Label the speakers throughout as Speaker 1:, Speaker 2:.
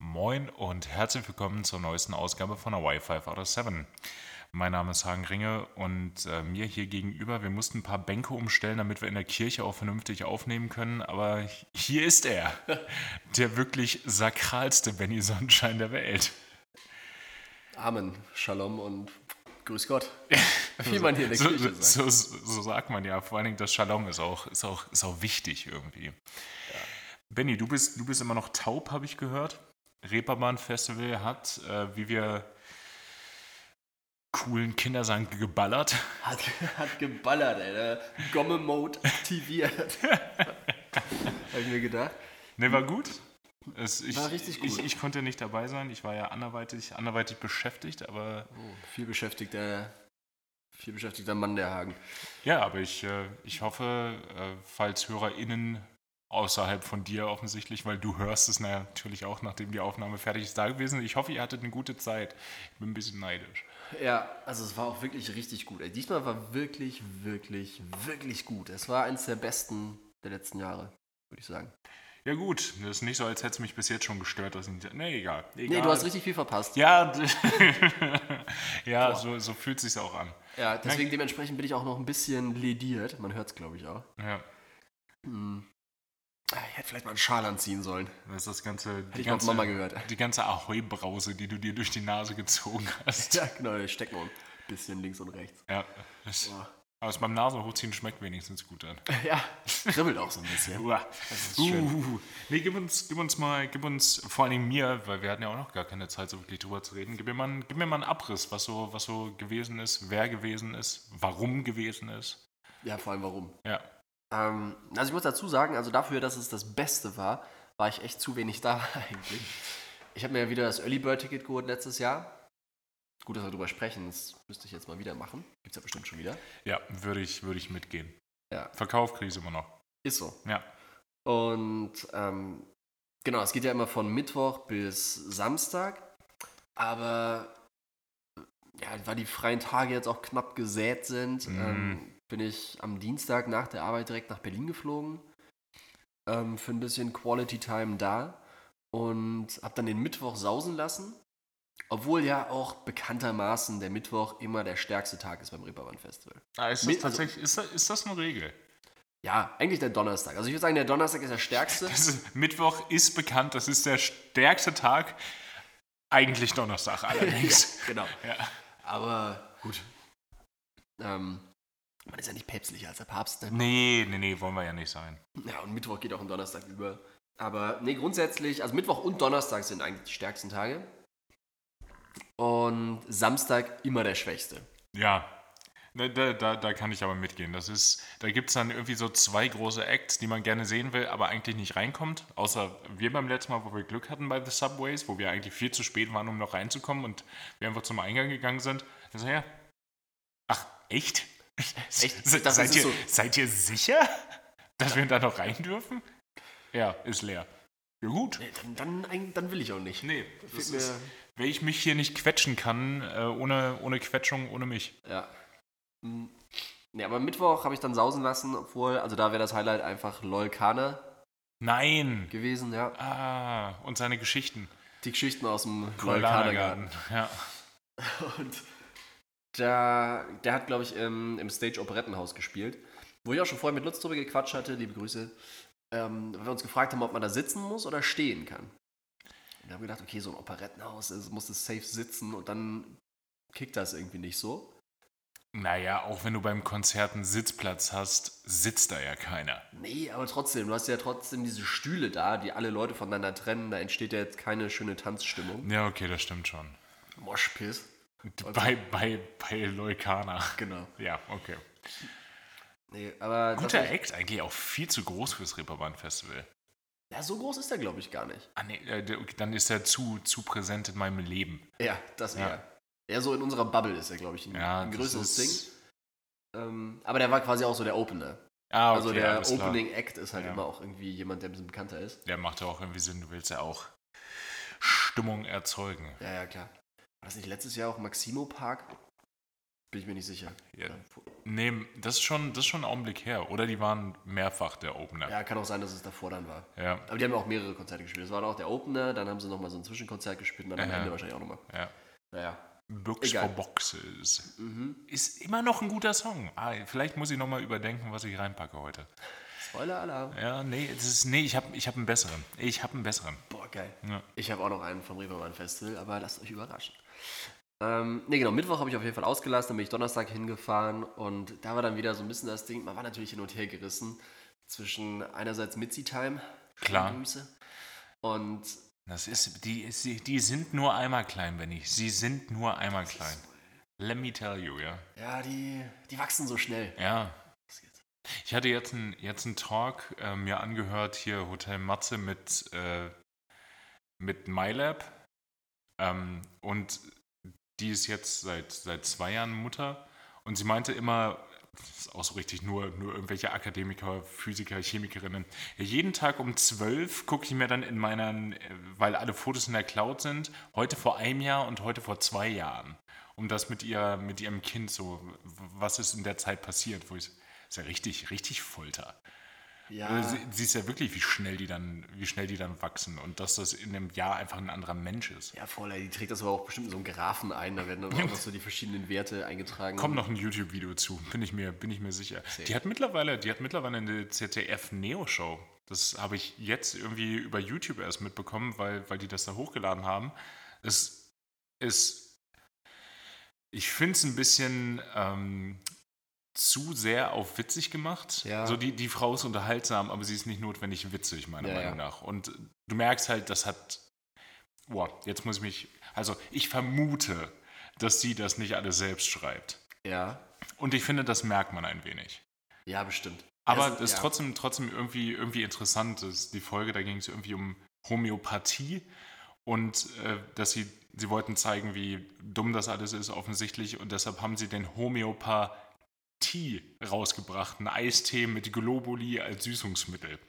Speaker 1: Moin und herzlich willkommen zur neuesten Ausgabe von Hawaii 5 out of 7. Mein Name ist Hagen Ringe und äh, mir hier gegenüber, wir mussten ein paar Bänke umstellen, damit wir in der Kirche auch vernünftig aufnehmen können, aber hier ist er, der wirklich sakralste Benny Sonnenschein der Welt.
Speaker 2: Amen, Shalom und Grüß Gott. Wie man hier in der
Speaker 1: So,
Speaker 2: Kirche sagt.
Speaker 1: so, so, so sagt man ja, vor allen Dingen das Shalom ist auch, ist auch, ist auch wichtig irgendwie. Benny, du bist, du bist immer noch taub, habe ich gehört. Reeperbahn Festival hat, äh, wie wir coolen Kinder sagen, geballert.
Speaker 2: Hat, hat geballert, ey. der Gomme-Mode aktiviert. Hab ich mir gedacht.
Speaker 1: Ne, war gut. Es, ich,
Speaker 2: War richtig gut.
Speaker 1: Ich, ich konnte nicht dabei sein. Ich war ja anderweitig, anderweitig beschäftigt, aber
Speaker 2: Oh, viel beschäftigter, viel beschäftigter Mann, der Hagen.
Speaker 1: ja, aber ich, äh, ich hoffe, äh, falls HörerInnen außerhalb von dir offensichtlich, weil du hörst es natürlich auch, nachdem die Aufnahme fertig ist, da gewesen. sind. Ich hoffe, ihr hattet eine gute Zeit. Ich bin ein bisschen neidisch.
Speaker 2: Ja, also es war auch wirklich richtig gut. Ey. Diesmal war wirklich, wirklich, wirklich gut. Es war eins der besten der letzten Jahre, würde ich sagen.
Speaker 1: Ja gut, das ist nicht so, als hätte es mich bis jetzt schon gestört. Dass ich nicht, nee, egal. egal.
Speaker 2: Nee, du hast richtig viel verpasst.
Speaker 1: Ja, d- ja so, so fühlt es sich auch an.
Speaker 2: Ja, deswegen dementsprechend bin ich auch noch ein bisschen lediert. Man hört es, glaube ich, auch.
Speaker 1: Ja,
Speaker 2: Hm. Ich hätte vielleicht mal einen Schal anziehen sollen.
Speaker 1: das ist das ganze...
Speaker 2: Hätte
Speaker 1: Die
Speaker 2: ich mal
Speaker 1: ganze,
Speaker 2: von Mama gehört.
Speaker 1: die ganze Ahoi-Brause, die du dir durch die Nase gezogen hast.
Speaker 2: Ja, genau, wir stecken ein bisschen links und rechts.
Speaker 1: Ja. Das,
Speaker 2: Boah.
Speaker 1: aber es beim Nase hochziehen schmeckt wenigstens gut an.
Speaker 2: Ja, kribbelt auch so ein bisschen.
Speaker 1: Uah.
Speaker 2: ist
Speaker 1: Uh. Nee, gib uns, gib uns mal, gib uns vor allem mir, weil wir hatten ja auch noch gar keine Zeit, so wirklich drüber zu reden. Gib mir mal, einen- gib mir mal einen Abriss, was so, was so gewesen ist, wer gewesen ist, warum gewesen ist.
Speaker 2: Ja, vor allem warum.
Speaker 1: Ja.
Speaker 2: Ähm, also ich muss dazu sagen, also dafür, dass es das Beste war, war ich echt zu wenig da eigentlich. Ich habe mir ja wieder das Early Bird Ticket geholt letztes Jahr. Gut, dass wir darüber sprechen, das müsste ich jetzt mal wieder machen. Gibt's ja bestimmt schon wieder.
Speaker 1: Ja, würde ich, würde ich mitgehen.
Speaker 2: Ja.
Speaker 1: Verkauf kriegst du immer noch.
Speaker 2: Ist so.
Speaker 1: Ja.
Speaker 2: Und ähm, genau, es geht ja immer von Mittwoch bis Samstag. Aber äh, ja, weil die freien Tage jetzt auch knapp gesät sind,
Speaker 1: Mhm.
Speaker 2: ähm, bin ich am Dienstag nach der Arbeit direkt nach Berlin geflogen. Ähm, für ein bisschen Quality Time da. Und habe dann den Mittwoch sausen lassen. Obwohl ja auch bekanntermaßen der Mittwoch immer der stärkste Tag ist beim Reeperbahn Festival.
Speaker 1: Ah, ist, das
Speaker 2: Mit-
Speaker 1: tatsächlich, ist, das, ist das eine Regel?
Speaker 2: Ja, eigentlich der Donnerstag. Also ich würde sagen, der Donnerstag ist der stärkste.
Speaker 1: Das ist, Mittwoch ist bekannt, das ist der stärkste Tag. Eigentlich Donnerstag allerdings.
Speaker 2: Ja, genau.
Speaker 1: ja.
Speaker 2: Aber gut. Ähm, man ist ja nicht päpstlicher als der Papst. Ne?
Speaker 1: Nee, nee, nee, wollen wir ja nicht sein.
Speaker 2: Ja, und Mittwoch geht auch in Donnerstag über. Aber nee, grundsätzlich, also Mittwoch und Donnerstag sind eigentlich die stärksten Tage. Und Samstag immer der schwächste.
Speaker 1: Ja, da, da, da, da kann ich aber mitgehen. Das ist, da gibt es dann irgendwie so zwei große Acts, die man gerne sehen will, aber eigentlich nicht reinkommt. Außer wir beim letzten Mal, wo wir Glück hatten bei The Subways, wo wir eigentlich viel zu spät waren, um noch reinzukommen und wir einfach zum Eingang gegangen sind. Ich so, ja. Ach, echt?
Speaker 2: Echt?
Speaker 1: Se,
Speaker 2: Ich dachte,
Speaker 1: seid,
Speaker 2: es ist
Speaker 1: ihr,
Speaker 2: so-
Speaker 1: seid ihr sicher, dass wir da noch rein dürfen? Ja, ist leer. Ja, gut.
Speaker 2: Nee, dann, dann, eig- dann will ich auch nicht.
Speaker 1: Nee,
Speaker 2: Fehlt
Speaker 1: das
Speaker 2: mir-
Speaker 1: ist, wenn ich mich hier nicht quetschen kann, äh, ohne, ohne Quetschung, ohne mich.
Speaker 2: Ja. Hm. Nee, aber Mittwoch habe ich dann sausen lassen, obwohl, also da wäre das Highlight einfach Lolkana
Speaker 1: Nein!
Speaker 2: gewesen, ja.
Speaker 1: Ah, und seine Geschichten.
Speaker 2: Die Geschichten aus dem
Speaker 1: Kolanergarten.
Speaker 2: Lolkana-Garten.
Speaker 1: Ja.
Speaker 2: Und da, der hat, glaube ich, im, im Stage Operettenhaus gespielt, wo ich auch schon vorher mit Lutz drüber gequatscht hatte, liebe Grüße, ähm, weil wir uns gefragt haben, ob man da sitzen muss oder stehen kann. Und wir haben gedacht, okay, so ein Operettenhaus, es muss es safe sitzen und dann kickt das irgendwie nicht so.
Speaker 1: Naja, auch wenn du beim Konzert einen Sitzplatz hast, sitzt da ja keiner.
Speaker 2: Nee, aber trotzdem, du hast ja trotzdem diese Stühle da, die alle Leute voneinander trennen, da entsteht ja jetzt keine schöne Tanzstimmung.
Speaker 1: Ja, okay, das stimmt schon.
Speaker 2: Moshpiss.
Speaker 1: Bei, bei, bei Leukana.
Speaker 2: Genau.
Speaker 1: Ja, okay.
Speaker 2: Nee, aber das-
Speaker 1: Guter Act, eigentlich auch viel zu groß fürs Reeperbahn-Festival.
Speaker 2: ja, so groß ist der, glaube ich, gar nicht.
Speaker 1: Ah, nee, äh, der- okay, dann ist er zu, zu präsent in meinem Leben.
Speaker 2: Ja, das
Speaker 1: Ja.
Speaker 2: ja. eher. Eher so in unserer Bubble ist er, glaube ich, ein,
Speaker 1: Ja,
Speaker 2: ein
Speaker 1: das
Speaker 2: größeres
Speaker 1: ist-
Speaker 2: Ding. Ähm, aber der war quasi auch so der Opener.
Speaker 1: Ah, okay,
Speaker 2: also der
Speaker 1: alles klar.
Speaker 2: Opening Act ist halt
Speaker 1: Ja.
Speaker 2: immer auch irgendwie jemand, der ein bisschen bekannter ist.
Speaker 1: Der macht ja auch irgendwie Sinn, du willst ja auch Stimmung erzeugen.
Speaker 2: Ja, ja, klar. War das nicht letztes Jahr auch Maximo Park? Bin ich mir nicht sicher.
Speaker 1: Ja. Nee, das ist, schon, das ist schon ein Augenblick her. Oder die waren mehrfach der Opener.
Speaker 2: Ja, kann auch sein, dass es davor dann war.
Speaker 1: Ja.
Speaker 2: Aber die haben ja auch mehrere Konzerte gespielt. Das war dann auch der Opener, dann haben sie nochmal so ein Zwischenkonzert gespielt und dann
Speaker 1: Ja.
Speaker 2: am Ende wahrscheinlich auch nochmal.
Speaker 1: ja.
Speaker 2: Naja.
Speaker 1: Books
Speaker 2: Egal.
Speaker 1: for Boxes. Ist immer noch ein guter Song. Ah, vielleicht muss ich nochmal überdenken, was ich reinpacke heute.
Speaker 2: Spoiler-Alarm.
Speaker 1: Ja, nee, das ist, nee ich habe ich hab einen besseren. Ich habe einen besseren.
Speaker 2: Boah, geil.
Speaker 1: Ja.
Speaker 2: Ich habe auch noch einen vom Reeperbahn Festival, aber lasst euch überraschen. Ähm, ne, genau, Mittwoch habe ich auf jeden Fall ausgelassen, dann bin ich Donnerstag hingefahren und da war dann wieder so ein bisschen das Ding, man war natürlich hin und her gerissen zwischen einerseits Mitzi Time,
Speaker 1: Klar.
Speaker 2: schöne Grüße, und
Speaker 1: Das ist, die, ist- die die sind nur einmal klein, Benny. Sie sind nur einmal klein. Let me tell you, ja.
Speaker 2: ja, die, die wachsen so schnell.
Speaker 1: Ja.
Speaker 2: Was geht's?
Speaker 1: Ich hatte jetzt einen jetzt einen Talk äh, mir angehört, hier Hotel Matze mit, äh, mit MyLab. Ähm, und die ist jetzt seit, seit zwei Jahren Mutter. Und sie meinte immer, das ist auch so richtig nur, nur irgendwelche Akademiker, Physiker, Chemikerinnen. Ja, jeden Tag um 12 gucke ich mir dann in meinen, äh, weil alle Fotos in der Cloud sind, heute vor einem Jahr und heute vor zwei Jahren. Um das mit, ihr, mit ihrem Kind so, w- was ist in der Zeit passiert, wo ich, ist ja richtig, richtig Folter.
Speaker 2: Ja, Ah.
Speaker 1: Also sie, siehst ja wirklich, wie schnell die dann, wie schnell die dann wachsen und dass das in einem Jahr einfach ein anderer Mensch ist.
Speaker 2: ja, voll, ey, die trägt das aber auch bestimmt in so einen Graphen ein, da werden dann auch noch so die verschiedenen Werte eingetragen.
Speaker 1: Kommt noch ein YouTube-Video zu, bin ich mir, bin ich mir sicher. Die hat mittlerweile, die hat mittlerweile eine ZDF-Neo-Show. Das habe ich jetzt irgendwie über YouTube erst mitbekommen, weil, weil die das da hochgeladen haben. Es ist, ich finde es ein bisschen ähm, zu sehr auf witzig gemacht.
Speaker 2: Ja.
Speaker 1: So die, die Frau ist unterhaltsam, aber sie ist nicht notwendig witzig, meiner
Speaker 2: Ja,
Speaker 1: Meinung
Speaker 2: ja.
Speaker 1: nach. Und du merkst halt, das hat Boah, jetzt muss ich mich. Also, ich vermute, dass sie das nicht alles selbst schreibt.
Speaker 2: Ja,
Speaker 1: Und ich finde, das merkt man ein wenig.
Speaker 2: ja, bestimmt.
Speaker 1: Aber
Speaker 2: Ja,
Speaker 1: es ist
Speaker 2: ja.
Speaker 1: trotzdem, trotzdem irgendwie, irgendwie interessant. Dass die Folge, da ging es irgendwie um Homöopathie und äh, dass sie, sie wollten zeigen, wie dumm das alles ist, offensichtlich. Und deshalb haben sie den Homöopathie rausgebracht. Ein Eistee mit Globuli als Süßungsmittel.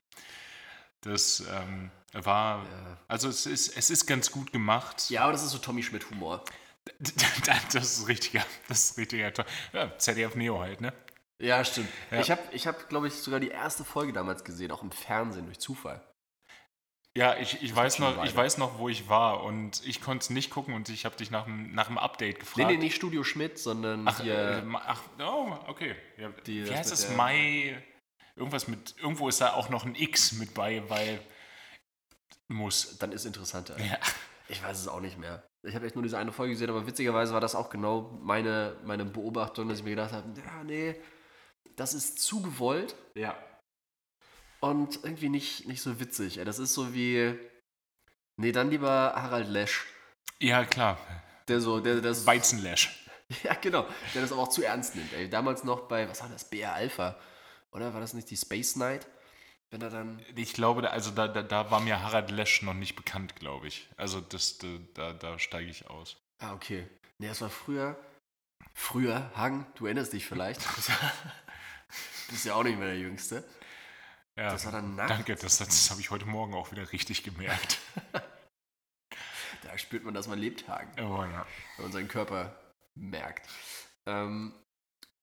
Speaker 1: Das ähm, war.
Speaker 2: Ja.
Speaker 1: Also, es ist, es ist ganz gut gemacht.
Speaker 2: Ja, aber das ist so Tommy Schmidt-Humor.
Speaker 1: Das ist richtiger, das ist richtiger Tor. Ja, ZDF Neo halt, ne?
Speaker 2: Ja, stimmt.
Speaker 1: Ja.
Speaker 2: Ich habe, ich hab, glaube ich, sogar die erste Folge damals gesehen, auch im Fernsehen durch Zufall.
Speaker 1: Ja, ich, ich, weiß,
Speaker 2: schon eine
Speaker 1: noch, ich
Speaker 2: Weile.
Speaker 1: weiß noch, wo ich war und ich konnte es nicht gucken und ich habe dich nach dem, nach dem Update
Speaker 2: Nee,
Speaker 1: gefragt.
Speaker 2: nee, nicht Studio Schmidt, sondern
Speaker 1: Ach, äh,
Speaker 2: hier.
Speaker 1: ma- ach oh, okay. Ja,
Speaker 2: Die-
Speaker 1: wie
Speaker 2: das
Speaker 1: heißt
Speaker 2: mit
Speaker 1: das?
Speaker 2: der-
Speaker 1: Mai. Irgendwas mit. Irgendwo ist da auch noch ein X mit bei, weil. Muss.
Speaker 2: Dann ist interessanter.
Speaker 1: Ja.
Speaker 2: Ich weiß es auch nicht mehr. Ich habe echt nur diese eine Folge gesehen, aber witzigerweise war das auch genau meine, meine Beobachtung, dass ich mir gedacht habe, ja, nee, das ist zu gewollt
Speaker 1: Ja.
Speaker 2: und irgendwie nicht, nicht so witzig. ey. Das ist so wie. Nee, dann lieber Harald Lesch,
Speaker 1: Ja, klar.
Speaker 2: der so, der, der das
Speaker 1: Weizenlash.
Speaker 2: Ja, genau. Der das aber auch zu ernst nimmt. Ey. Damals noch bei, was war das, BR Alpha? Oder war das nicht die Space Night? Wenn er dann.
Speaker 1: Ich glaube, da- also da, da, da war mir Harald Lesch noch nicht bekannt, glaube ich. Also das, da, da, da steige ich aus.
Speaker 2: Ah, okay. Nee, das war früher. Früher, Hang, du erinnerst dich vielleicht. Bist ja auch nicht mehr der Jüngste.
Speaker 1: Ja.
Speaker 2: Das war dann nachts.
Speaker 1: Danke, das, das habe ich heute Morgen auch wieder richtig gemerkt.
Speaker 2: Da spürt man, dass man lebt, Hagen.
Speaker 1: Oh, ja.
Speaker 2: wenn man seinen Körper merkt. Ähm,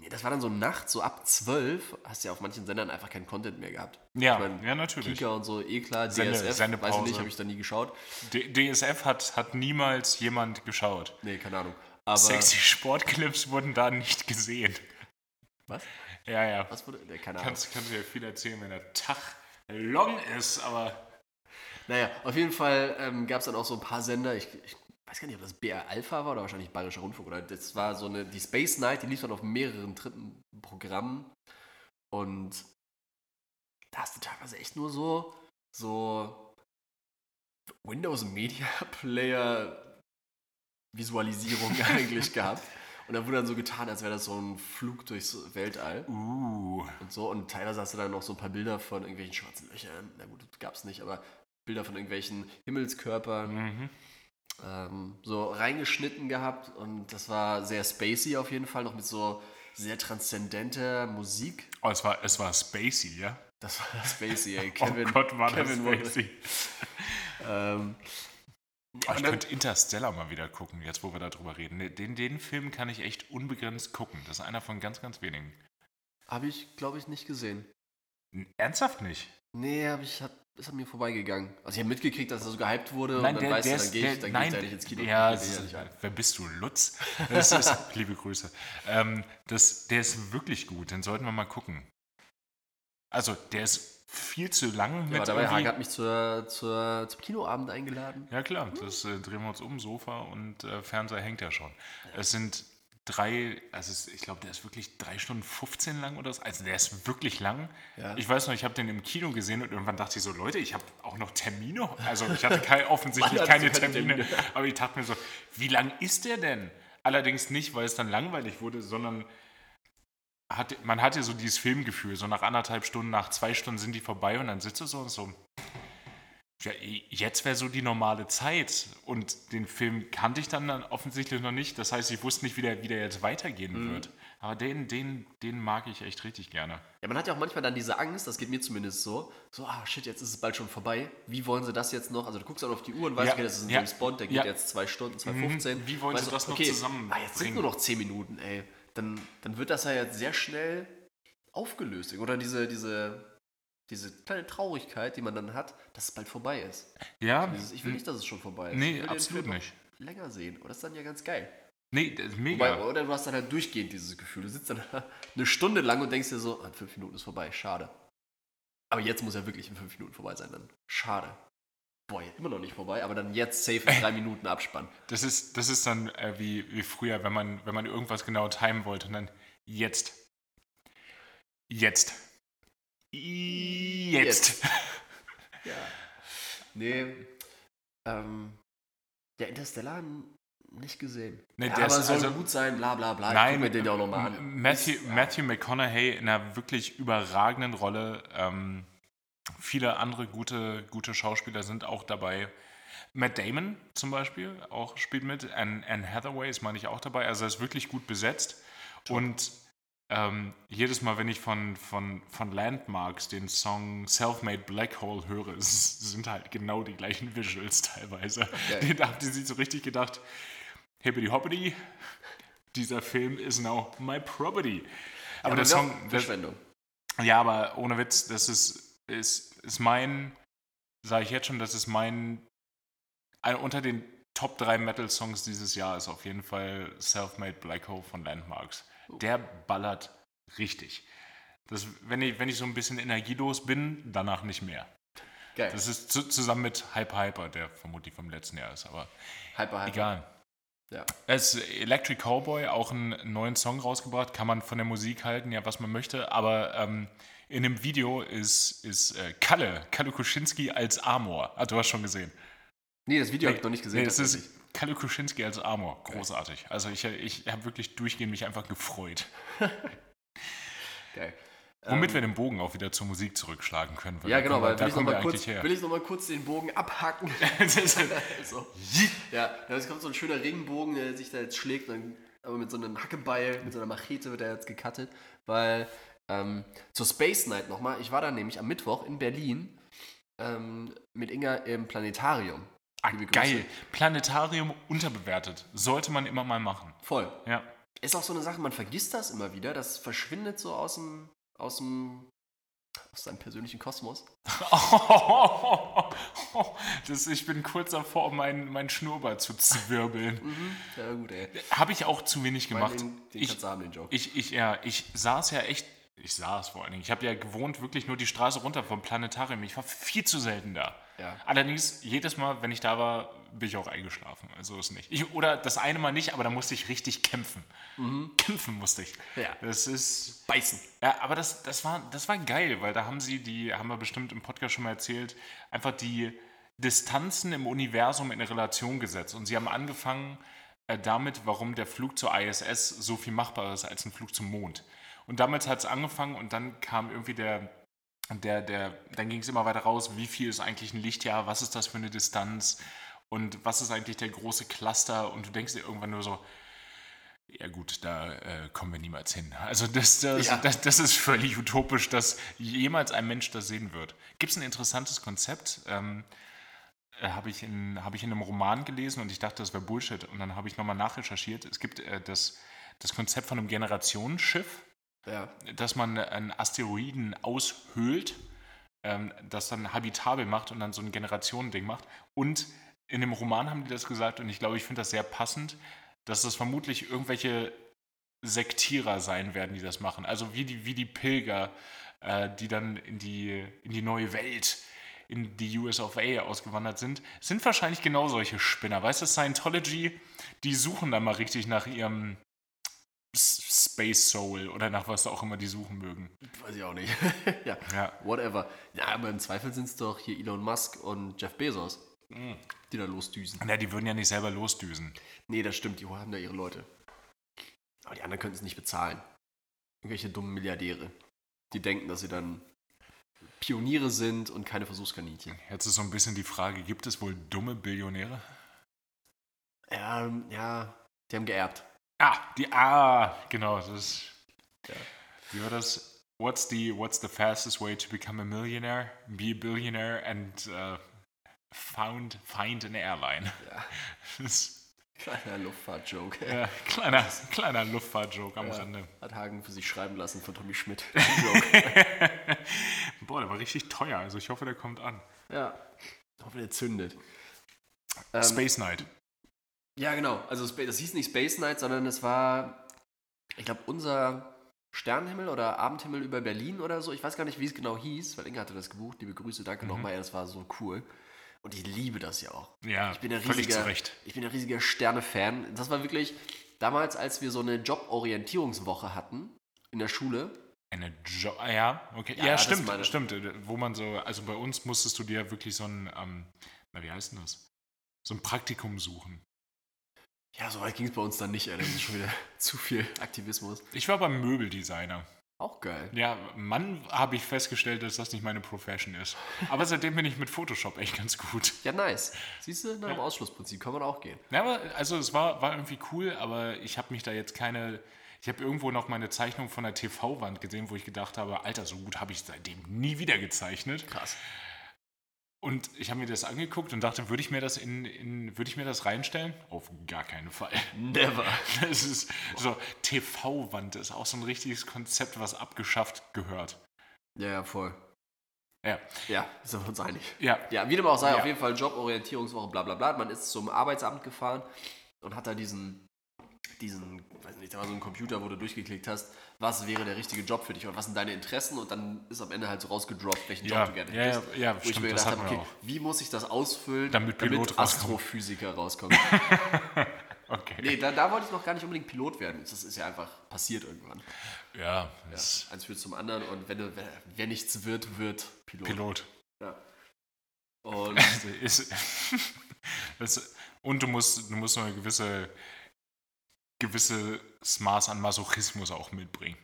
Speaker 2: nee, das war dann so nachts, so ab 12, hast du ja auf manchen Sendern einfach keinen Content mehr gehabt.
Speaker 1: Ja,
Speaker 2: Ich mein,
Speaker 1: ja natürlich.
Speaker 2: Kika und so, eh klar, DSF,
Speaker 1: Sende-
Speaker 2: weiß ich
Speaker 1: Sendepause.
Speaker 2: nicht, habe ich da nie geschaut.
Speaker 1: D DSF hat, hat niemals jemand geschaut.
Speaker 2: Nee, keine Ahnung. Aber
Speaker 1: Sexy Sportclips wurden da nicht gesehen.
Speaker 2: Was?
Speaker 1: Ja, ja.
Speaker 2: Was wurde? Nee, keine Ahnung.
Speaker 1: Kannst, kannst du ja viel erzählen, wenn der Tag long ist, aber
Speaker 2: Naja, auf jeden Fall ähm, gab es dann auch so ein paar Sender. Ich, ich weiß gar nicht, ob das BR Alpha war oder wahrscheinlich Bayerischer Rundfunk. Oder das war so eine, die Space Night, die lief dann auf mehreren dritten Programmen. Und da hast du teilweise echt nur so, so Windows Media Player Visualisierung eigentlich gehabt. Und da wurde dann so getan, als wäre das so ein Flug durchs Weltall
Speaker 1: uh,
Speaker 2: und so. Und teilweise hast du dann noch so ein paar Bilder von irgendwelchen schwarzen Löchern. Na gut, das gab's nicht, aber Bilder von irgendwelchen Himmelskörpern
Speaker 1: mhm.
Speaker 2: ähm, so reingeschnitten gehabt. Und das war sehr spacey auf jeden Fall, noch mit so sehr transzendenter Musik.
Speaker 1: oh, es war, es war spacey, ja?
Speaker 2: Das war spacey, ey. Kevin,
Speaker 1: oh Gott, war
Speaker 2: Kevin
Speaker 1: das
Speaker 2: wurde-
Speaker 1: spacey.
Speaker 2: Ähm,
Speaker 1: Aber Oh, ich
Speaker 2: dann-
Speaker 1: könnte Interstellar mal wieder gucken, jetzt wo wir darüber reden. Ne, Den, den Film kann ich echt unbegrenzt gucken. Das ist einer von ganz, ganz wenigen.
Speaker 2: Habe ich, glaube ich, nicht gesehen.
Speaker 1: N- Ernsthaft nicht?
Speaker 2: Nee, hab ich, hat, ist an mir vorbeigegangen. Also ich habe mitgekriegt, dass er so gehypt wurde und dann weißt du, dann
Speaker 1: ist-
Speaker 2: gehe ich,
Speaker 1: der-
Speaker 2: dann geh
Speaker 1: nein,
Speaker 2: ich da nicht ins Kino.
Speaker 1: Ja,
Speaker 2: Ich geh
Speaker 1: es
Speaker 2: da
Speaker 1: ist,
Speaker 2: nicht rein.
Speaker 1: wer bist du, Lutz? Das ist, liebe Grüße. Ähm, das, der ist wirklich gut, den sollten wir mal gucken. Also, der ist viel zu lang
Speaker 2: Ja,
Speaker 1: mit
Speaker 2: dabei
Speaker 1: irgendwie-
Speaker 2: Hagen hat mich zur, zur, zum Kinoabend eingeladen.
Speaker 1: Ja klar, das äh, drehen wir uns um, Sofa und äh, Fernseher hängt ja schon. Es sind drei, also es, ich glaube, der ist wirklich drei Stunden 15 lang oder so. Also der ist wirklich lang.
Speaker 2: Ja.
Speaker 1: Ich weiß noch, ich habe den im Kino gesehen und irgendwann dachte ich so, Leute, ich habe auch noch Termine. Also ich hatte kein, offensichtlich
Speaker 2: Mann,
Speaker 1: keine
Speaker 2: hattest du keine
Speaker 1: Termine,
Speaker 2: Termine.
Speaker 1: aber ich dachte mir so, wie lang ist der denn? Allerdings nicht, weil es dann langweilig wurde, sondern hatte, man hatte so dieses Filmgefühl, so nach anderthalb Stunden, nach zwei Stunden sind die vorbei und dann sitzt du so und so, ja, jetzt wäre so die normale Zeit und den Film kannte ich dann, dann offensichtlich noch nicht. Das heißt, ich wusste nicht, wie der, wie der jetzt weitergehen wird. Aber den, den, den mag ich echt richtig gerne.
Speaker 2: Ja, man hat ja auch manchmal dann diese Angst, das geht mir zumindest so, so, ah shit, jetzt ist es bald schon vorbei. Wie wollen sie das jetzt noch? Also du guckst dann auf die Uhr und weißt,
Speaker 1: Ja,
Speaker 2: okay, das ist ein
Speaker 1: ja,
Speaker 2: James Bond, der geht
Speaker 1: ja.
Speaker 2: jetzt zwei Stunden, 2,15.
Speaker 1: Mhm. Wie wollen
Speaker 2: Weißt
Speaker 1: sie
Speaker 2: du,
Speaker 1: das noch zusammenbringen?
Speaker 2: Ah, jetzt sind nur noch zehn Minuten, ey. Dann, dann wird das ja jetzt sehr schnell aufgelöst. Oder diese, diese, diese kleine Traurigkeit, die man dann hat, dass es bald vorbei ist.
Speaker 1: Ja,
Speaker 2: Dieses, ich will nicht, dass es schon vorbei ist. ich
Speaker 1: Mhm. nee,
Speaker 2: will den
Speaker 1: absolut
Speaker 2: Film
Speaker 1: nicht.
Speaker 2: noch länger sehen. Und das ist dann ja ganz geil.
Speaker 1: Nee, das ist mega.
Speaker 2: Wobei, Oder du hast dann halt durchgehend dieses Gefühl. Du sitzt dann eine Stunde lang und denkst dir so, ah, fünf Minuten ist vorbei, schade. Aber jetzt muss ja wirklich in fünf Minuten vorbei sein, dann. Schade. Boah, immer noch nicht vorbei, aber dann jetzt safe in drei Minuten abspannen.
Speaker 1: Das ist, das ist dann äh, wie, wie früher, wenn man, wenn man irgendwas genau timen wollte und dann jetzt. Jetzt. Jetzt.
Speaker 2: Ja. Nee. Ähm, der Interstellar nicht gesehen.
Speaker 1: Nee,
Speaker 2: ja,
Speaker 1: der
Speaker 2: aber
Speaker 1: ist
Speaker 2: soll
Speaker 1: also-
Speaker 2: gut sein, bla bla bla. Ich guck mir den ja auch nochmal an.
Speaker 1: Matthew, Matthew McConaughey in einer wirklich überragenden Rolle. Ähm, viele andere gute, gute Schauspieler sind auch dabei. Matt Damon zum Beispiel auch spielt mit. Anne, Anne Hathaway ist, meine ich, auch dabei. Also er ist wirklich gut besetzt. Und ähm, jedes Mal, wenn ich von, von, von Landmarks den Song Selfmade Black Hole höre, es sind halt genau die gleichen Visuals teilweise.
Speaker 2: Okay.
Speaker 1: Äh, Da haben die sich so richtig gedacht, hippity hoppity, dieser Film is now my property. Aber der
Speaker 2: das
Speaker 1: Song, der,
Speaker 2: Verschwendung.
Speaker 1: ja, aber ohne Witz, das ist, ist, ist mein, sage ich jetzt schon, das ist mein, ein, unter den Top 3 Metal-Songs dieses Jahr ist auf jeden Fall Selfmade Black Hole von Landmarks. Der ballert richtig. Das, wenn, ich, wenn ich so ein bisschen energielos bin, danach nicht mehr.
Speaker 2: Geil.
Speaker 1: Das ist zu, zusammen mit Hyper Hyper, der vermutlich vom letzten Jahr ist, aber
Speaker 2: Hyper, hyper.
Speaker 1: egal.
Speaker 2: Ja.
Speaker 1: Es ist Electric Cowboy, auch einen neuen Song rausgebracht, kann man von der Musik halten, ja, was man möchte, aber ähm, in dem Video ist, ist äh, Kalle, Kalle Kuschinski als Amor. Ah, du hast schon gesehen.
Speaker 2: Nee, das Video habe ich noch nicht gesehen.
Speaker 1: Nee, es
Speaker 2: tatsächlich.
Speaker 1: ist Kalle Kuschinski als Amor. Großartig. Also ich, ich habe wirklich durchgehend mich einfach gefreut.
Speaker 2: Geil.
Speaker 1: Womit wir den Bogen auch wieder zur Musik zurückschlagen können. weil
Speaker 2: Ähm. Ja,
Speaker 1: da
Speaker 2: genau,
Speaker 1: kommen wir-
Speaker 2: weil
Speaker 1: da
Speaker 2: will ich, noch
Speaker 1: kommen wir
Speaker 2: mal kurz,
Speaker 1: eigentlich her.
Speaker 2: will ich noch mal kurz den Bogen abhacken.
Speaker 1: Das ist-
Speaker 2: so. Ja, ja, es kommt so ein schöner Regenbogen, der sich da jetzt schlägt, dann, aber mit so einem Hackebeil, mit so einer Machete wird er jetzt gecuttet, weil ähm, zur Space Night nochmal, ich war da nämlich am Mittwoch in Berlin ähm, mit Inga im Planetarium.
Speaker 1: Ah,
Speaker 2: Liebe Grüße.
Speaker 1: geil. Planetarium unterbewertet. Sollte man immer mal machen.
Speaker 2: Voll.
Speaker 1: Ja.
Speaker 2: Ist auch so eine Sache, man vergisst das immer wieder, das verschwindet so aus dem, aus dem, aus seinem persönlichen Kosmos.
Speaker 1: Das, ich bin kurz davor, meinen mein Schnurrbart zu zwirbeln.
Speaker 2: Ja, gut, ey.
Speaker 1: Habe ich auch zu wenig gemacht.
Speaker 2: Den, den
Speaker 1: Mhm. ich,
Speaker 2: kannst du haben, den Joke.
Speaker 1: ich, ich, ja, ich saß ja echt, ich saß vor allen Dingen. Ich habe ja gewohnt, wirklich nur die Straße runter vom Planetarium. Ich war viel zu selten da.
Speaker 2: Ja.
Speaker 1: Allerdings, jedes Mal, wenn ich da war, bin ich auch eingeschlafen. Also ist nicht. Ich, oder das eine Mal nicht, aber da musste ich richtig kämpfen.
Speaker 2: Mhm.
Speaker 1: Kämpfen musste ich.
Speaker 2: Ja.
Speaker 1: Das ist.
Speaker 2: Beißen.
Speaker 1: Ja, aber das, das, war, das war geil, weil da haben sie, die haben wir bestimmt im Podcast schon mal erzählt, einfach die Distanzen im Universum in Relation gesetzt. Und sie haben angefangen äh, damit, warum der Flug zur ISS so viel machbarer ist als ein Flug zum Mond. Und damit hat es angefangen und dann kam irgendwie der, der, der, dann ging es immer weiter raus, wie viel ist eigentlich ein Lichtjahr, was ist das für eine Distanz und was ist eigentlich der große Cluster und du denkst dir irgendwann nur so, ja gut, da äh, kommen wir niemals hin. Also das, das,
Speaker 2: Ja.
Speaker 1: das, das ist völlig utopisch, dass jemals ein Mensch das sehen wird. Gibt es ein interessantes Konzept? Ähm, äh, habe ich, in- habe ich in einem Roman gelesen und ich dachte, das wäre Bullshit. Und dann habe ich nochmal nachrecherchiert. Es gibt äh, das, das Konzept von einem Generationenschiff,
Speaker 2: Ja.
Speaker 1: dass man einen Asteroiden aushöhlt, ähm, das dann habitabel macht und dann so ein Generationending macht. Und in dem Roman haben die das gesagt und ich glaube, ich finde das sehr passend, dass das vermutlich irgendwelche Sektierer sein werden, die das machen. Also wie die, wie die Pilger, äh, die dann in die, in die neue Welt, in die US of A ausgewandert sind, sind wahrscheinlich genau solche Spinner. Weißt du, Scientology, die suchen dann mal richtig nach ihrem S- Space Soul oder nach was auch immer die suchen mögen.
Speaker 2: Weiß ich auch nicht. ja.
Speaker 1: Ja.
Speaker 2: Whatever. Ja, aber im Zweifel sind es doch hier Elon Musk und Jeff Bezos, die da losdüsen.
Speaker 1: Na, die würden ja nicht selber losdüsen.
Speaker 2: Nee, das stimmt, die haben da ihre Leute. Aber die anderen können es nicht bezahlen. Irgendwelche dummen Milliardäre. Die denken, dass sie dann Pioniere sind und keine Versuchskaninchen.
Speaker 1: Jetzt ist so ein bisschen die Frage, gibt es wohl dumme Billionäre?
Speaker 2: Ähm, ja, die haben geerbt.
Speaker 1: Ah, die Ah, genau, das ist.
Speaker 2: Ja.
Speaker 1: Wie war das? What's the What's the fastest way to become a millionaire? Be a billionaire and äh, found find an airline.
Speaker 2: Ja.
Speaker 1: Das ist,
Speaker 2: Kleiner Luftfahrt-Joke.
Speaker 1: äh, kleiner kleiner Luftfahrtjoke am Rande.
Speaker 2: Hat Hagen für sich schreiben lassen von Tommy Schmidt.
Speaker 1: Boah, der war richtig teuer. Also ich hoffe, der kommt an.
Speaker 2: ja. Hoffe, der zündet. Ähm,
Speaker 1: Space Knight.
Speaker 2: Ja, genau. Also Spa- das hieß nicht Space Night, sondern es war, ich glaube, unser Sternenhimmel oder Abendhimmel über Berlin oder so. Ich weiß gar nicht, wie es genau hieß, weil Inga hatte das gebucht. Liebe Grüße, danke nochmal. Ja, Das war so cool. Und ich liebe das ja auch.
Speaker 1: Ja,
Speaker 2: Ich bin ein
Speaker 1: völlig zu
Speaker 2: riesiger,
Speaker 1: Recht.
Speaker 2: ich bin ein riesiger Sterne-Fan. Das war wirklich damals, als wir so eine Joborientierungswoche hatten in der Schule.
Speaker 1: Eine jo ah, ja, okay. Ja,
Speaker 2: Ja, das
Speaker 1: stimmt,
Speaker 2: meine-
Speaker 1: stimmt. Wo man so, also bei uns musstest du dir wirklich so ein, ähm, na wie heißt denn das? So ein Praktikum suchen.
Speaker 2: Ja, so weit ging es bei uns dann nicht. Ey. Das ist schon wieder zu viel Aktivismus.
Speaker 1: Ich war beim Möbeldesigner.
Speaker 2: Auch geil.
Speaker 1: Ja, Mann, habe ich festgestellt, dass das nicht meine Profession ist. Aber seitdem bin ich mit Photoshop echt ganz gut.
Speaker 2: Ja, nice. Siehst du, nach dem Ausschlussprinzip kann man auch gehen.
Speaker 1: Na, aber, also es war, war irgendwie cool, aber ich habe mich da jetzt keine. Ich habe irgendwo noch meine Zeichnung von der TV-Wand gesehen, wo ich gedacht habe, Alter, so gut habe ich seitdem nie wieder gezeichnet.
Speaker 2: Krass.
Speaker 1: Und ich habe mir das angeguckt und dachte, würde ich mir das in, in würde ich mir das reinstellen? Auf gar keinen Fall.
Speaker 2: Never.
Speaker 1: Das ist so TV-Wand ist auch so ein richtiges Konzept, was abgeschafft gehört.
Speaker 2: Ja, ja, voll.
Speaker 1: Ja,
Speaker 2: Ja, sind wir uns einig.
Speaker 1: ja,
Speaker 2: Ja, wie dem auch sei,
Speaker 1: Ja.
Speaker 2: auf jeden Fall Joborientierungswoche, bla bla bla. Man ist zum Arbeitsamt gefahren und hat da diesen, diesen, weiß nicht, da war so ein Computer, wo du durchgeklickt hast, was wäre der richtige Job für dich und was sind deine Interessen und dann ist am Ende halt so rausgedroppt, welchen
Speaker 1: ja,
Speaker 2: Job du gerne
Speaker 1: ja, ja,
Speaker 2: hättest.
Speaker 1: ja,
Speaker 2: Wo ich mir
Speaker 1: stimmt, das
Speaker 2: gedacht
Speaker 1: hatten
Speaker 2: habe,
Speaker 1: wir
Speaker 2: okay,
Speaker 1: auch.
Speaker 2: wie muss ich das ausfüllen,
Speaker 1: Damit Pilot rauskommt.
Speaker 2: Astrophysiker rauskommt.
Speaker 1: Okay.
Speaker 2: nee, da, da wollte ich noch gar nicht unbedingt Pilot werden. Das ist ja einfach passiert irgendwann.
Speaker 1: Ja, das
Speaker 2: Eins führt zum anderen und wenn, du, wer- wer nichts wird, wird Pilot.
Speaker 1: Pilot.
Speaker 2: Ja. Und
Speaker 1: Das Ist, das, und du musst, du musst noch eine gewisse gewisses Maß an Masochismus auch mitbringen.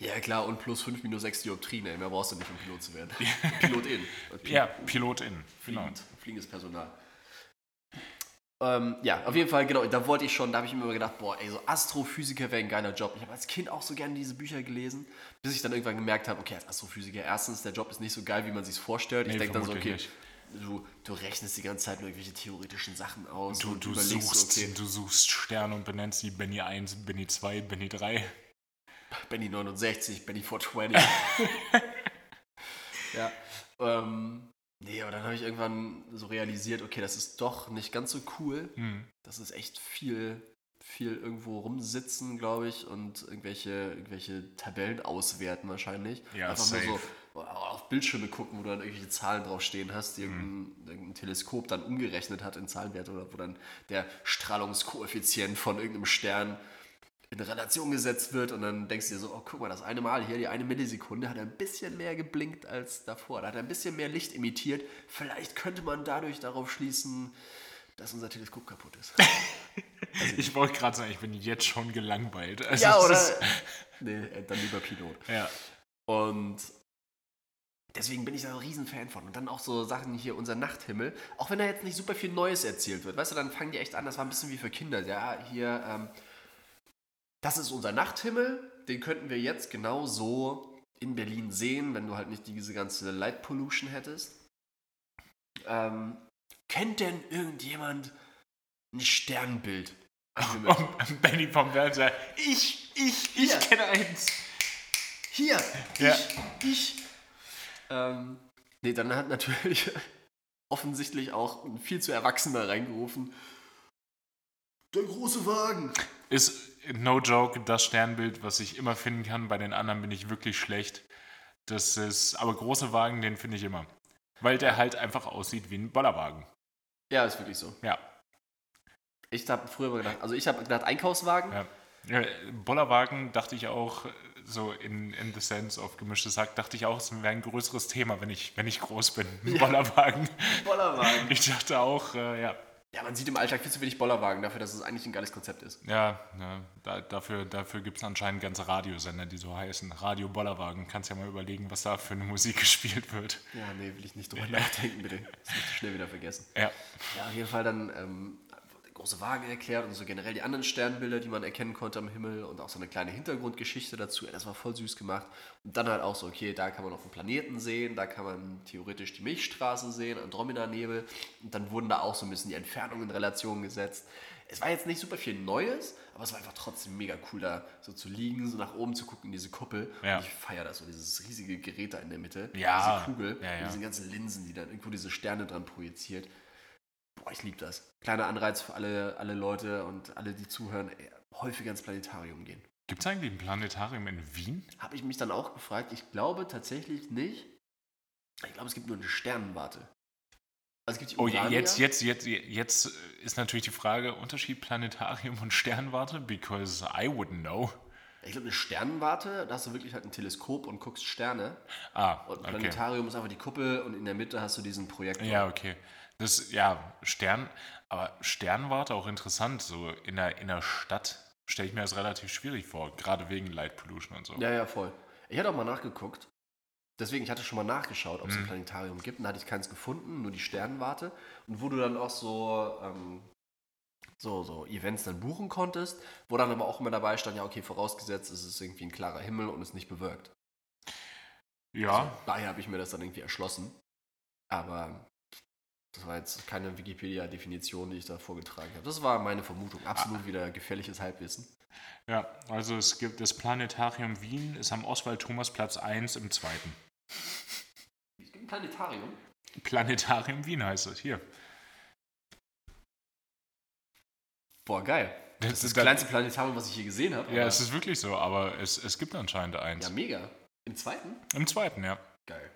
Speaker 2: Ja, klar, und plus 5 minus 6 Dioptrien, ey. Mehr brauchst du nicht, um Pilot zu werden. Pilotin. Und Pi-
Speaker 1: Ja, Pilotin. Genau.
Speaker 2: Fliegend, Fliegendes Personal. Ähm, ja, auf jeden Fall, genau. Da wollte ich schon, da habe ich mir immer gedacht, boah, ey, so Astrophysiker wäre ein geiler Job. Ich habe als Kind auch so gerne diese Bücher gelesen, bis ich dann irgendwann gemerkt habe, okay, als Astrophysiker, erstens, der Job ist nicht so geil, wie man sich vorstellt. Ich
Speaker 1: Nee,
Speaker 2: denke dann so, okay,
Speaker 1: vermutlich
Speaker 2: du, du rechnest die ganze Zeit nur irgendwelche theoretischen Sachen aus.
Speaker 1: Du,
Speaker 2: und
Speaker 1: du,
Speaker 2: überlegst so,
Speaker 1: suchst, du suchst Sterne und benennst sie Benny 1, Benny 2, Benny 3.
Speaker 2: Benny 69, Benny 420. ja. Ähm, nee, aber dann habe ich irgendwann so realisiert, okay, das ist doch nicht ganz so cool.
Speaker 1: Hm.
Speaker 2: Das ist echt viel, viel irgendwo rumsitzen, glaube ich, und irgendwelche, irgendwelche Tabellen auswerten wahrscheinlich.
Speaker 1: Ja,
Speaker 2: Einfach
Speaker 1: safe.
Speaker 2: nur so auf Bildschirme gucken, wo du dann irgendwelche Zahlen draufstehen hast,
Speaker 1: Mhm.
Speaker 2: die irgendein, irgendein Teleskop dann umgerechnet hat in Zahlenwerte oder wo dann der Strahlungskoeffizient von irgendeinem Stern in Relation gesetzt wird und dann denkst du dir so, oh guck mal, das eine Mal hier, die eine Millisekunde hat ein bisschen mehr geblinkt als davor, da hat er ein bisschen mehr Licht emittiert, vielleicht könnte man dadurch darauf schließen, dass unser Teleskop kaputt ist.
Speaker 1: Also Ich wollte gerade sagen, ich bin jetzt schon gelangweilt. Also
Speaker 2: ja,
Speaker 1: es
Speaker 2: oder?
Speaker 1: Ist,
Speaker 2: Nee, äh, dann lieber Pilot.
Speaker 1: ja.
Speaker 2: Und deswegen bin ich da ein Riesenfan von. Und dann auch so Sachen hier, unser Nachthimmel. Auch wenn da jetzt nicht super viel Neues erzählt wird, weißt du, dann fangen die echt an, das war ein bisschen wie für Kinder. Ja, hier, ähm, das ist unser Nachthimmel, den könnten wir jetzt genau so in Berlin sehen, wenn du halt nicht diese ganze Light Pollution hättest. Ähm, kennt denn irgendjemand ein Sternbild?
Speaker 1: Und Benny vom Fernseher, ich, ich, ich
Speaker 2: Ja.
Speaker 1: kenne eins.
Speaker 2: Hier,
Speaker 1: Ja.
Speaker 2: ich, ich. Ähm, nee, dann hat natürlich offensichtlich auch ein viel zu Erwachsener reingerufen. Der große Wagen.
Speaker 1: Ist, no joke, das Sternbild, was ich immer finden kann. Bei den anderen bin ich wirklich schlecht. Das ist, aber große Wagen, den finde ich immer. Weil der halt einfach aussieht wie ein Bollerwagen.
Speaker 2: Ja, ist wirklich so.
Speaker 1: Ja.
Speaker 2: Ich habe früher immer gedacht, also ich habe gedacht Einkaufswagen.
Speaker 1: ja. Ja, Bollerwagen dachte ich auch, so in, in the sense of gemischtes Hack, dachte ich auch, es wäre ein größeres Thema, wenn ich, wenn ich groß bin. Ein Bollerwagen.
Speaker 2: Bollerwagen.
Speaker 1: Ich dachte auch, äh, ja,
Speaker 2: Ja, man sieht im Alltag viel zu wenig Bollerwagen dafür, dass es eigentlich ein geiles Konzept ist.
Speaker 1: Ja, ja da, dafür, dafür gibt es anscheinend ganze Radiosender, die so heißen. Radio Bollerwagen. Kannst ja mal überlegen, was da für eine Musik gespielt wird.
Speaker 2: Ja, nee, will ich nicht drüber nachdenken, bitte. Das möchte ich schnell wieder vergessen.
Speaker 1: Ja.
Speaker 2: Ja, auf jeden Fall dann ähm, der große Wagen erklärt und so generell die anderen Sternbilder, die man erkennen konnte am Himmel und auch so eine kleine Hintergrundgeschichte dazu. Ey, Das war voll süß gemacht. Und dann halt auch so, okay, da kann man auch einen Planeten sehen, da kann man theoretisch die Milchstraße sehen, Andromeda-Nebel. Und dann wurden da auch so ein bisschen die Entfernungen in Relation gesetzt. Es war jetzt nicht super viel Neues, aber es war einfach trotzdem mega cool, da so zu liegen, so nach oben zu gucken in diese Kuppel.
Speaker 1: Ja.
Speaker 2: Und ich feiere das so, dieses riesige Gerät da in der Mitte,
Speaker 1: Ja.
Speaker 2: diese Kugel,
Speaker 1: Ja, ja.
Speaker 2: mit diesen ganzen Linsen, die dann irgendwo diese Sterne dran projiziert. Boah, ich liebe das. Kleiner Anreiz für alle, alle Leute und alle, die zuhören, ey, häufiger ins Planetarium gehen.
Speaker 1: Gibt es eigentlich ein Planetarium in Wien?
Speaker 2: Habe ich mich dann auch gefragt, ich glaube tatsächlich nicht. Ich glaube, es gibt nur eine Sternenwarte. Also es gibt die
Speaker 1: Oh, ja,
Speaker 2: Urania.
Speaker 1: jetzt, jetzt, jetzt, jetzt ist natürlich die Frage: Unterschied Planetarium und Sternwarte? Because I wouldn't know.
Speaker 2: Ich glaube, eine Sternenwarte, da hast du wirklich halt ein Teleskop und guckst Sterne.
Speaker 1: Ah,
Speaker 2: Und
Speaker 1: okay.
Speaker 2: Planetarium ist einfach die Kuppel und in der Mitte hast du diesen Projektor.
Speaker 1: Ja, okay. Das, ja, Stern, aber Sternwarte auch interessant. So in der, in der Stadt stelle ich mir das relativ schwierig vor, gerade wegen Light Pollution und so.
Speaker 2: Ja, ja, voll. Ich hatte auch mal nachgeguckt. Deswegen, ich hatte schon mal nachgeschaut, ob es ein Planetarium gibt. Und da hatte ich keins gefunden, nur die Sternwarte. Und wo du dann auch so, ähm, so, so Events dann buchen konntest, wo dann aber auch immer dabei stand, ja, okay, vorausgesetzt, es ist irgendwie ein klarer Himmel und ist nicht bewölkt.
Speaker 1: ja.
Speaker 2: So, daher habe ich mir das dann irgendwie erschlossen. Aber das war jetzt keine Wikipedia-Definition, die ich da vorgetragen habe. Das war meine Vermutung. Absolut wieder gefährliches Halbwissen.
Speaker 1: Ja, also es gibt das Planetarium Wien, ist am Oswald-Thomas-Platz 1 im zweiten.
Speaker 2: Es gibt ein Planetarium.
Speaker 1: Planetarium Wien heißt es, hier.
Speaker 2: Boah, geil. Das ist das kleinste Planetarium, was ich je gesehen habe.
Speaker 1: Ja,
Speaker 2: aber-
Speaker 1: es ist wirklich so, aber es, es gibt anscheinend eins.
Speaker 2: Ja, mega. Im zweiten?
Speaker 1: Im zweiten, ja.
Speaker 2: Geil.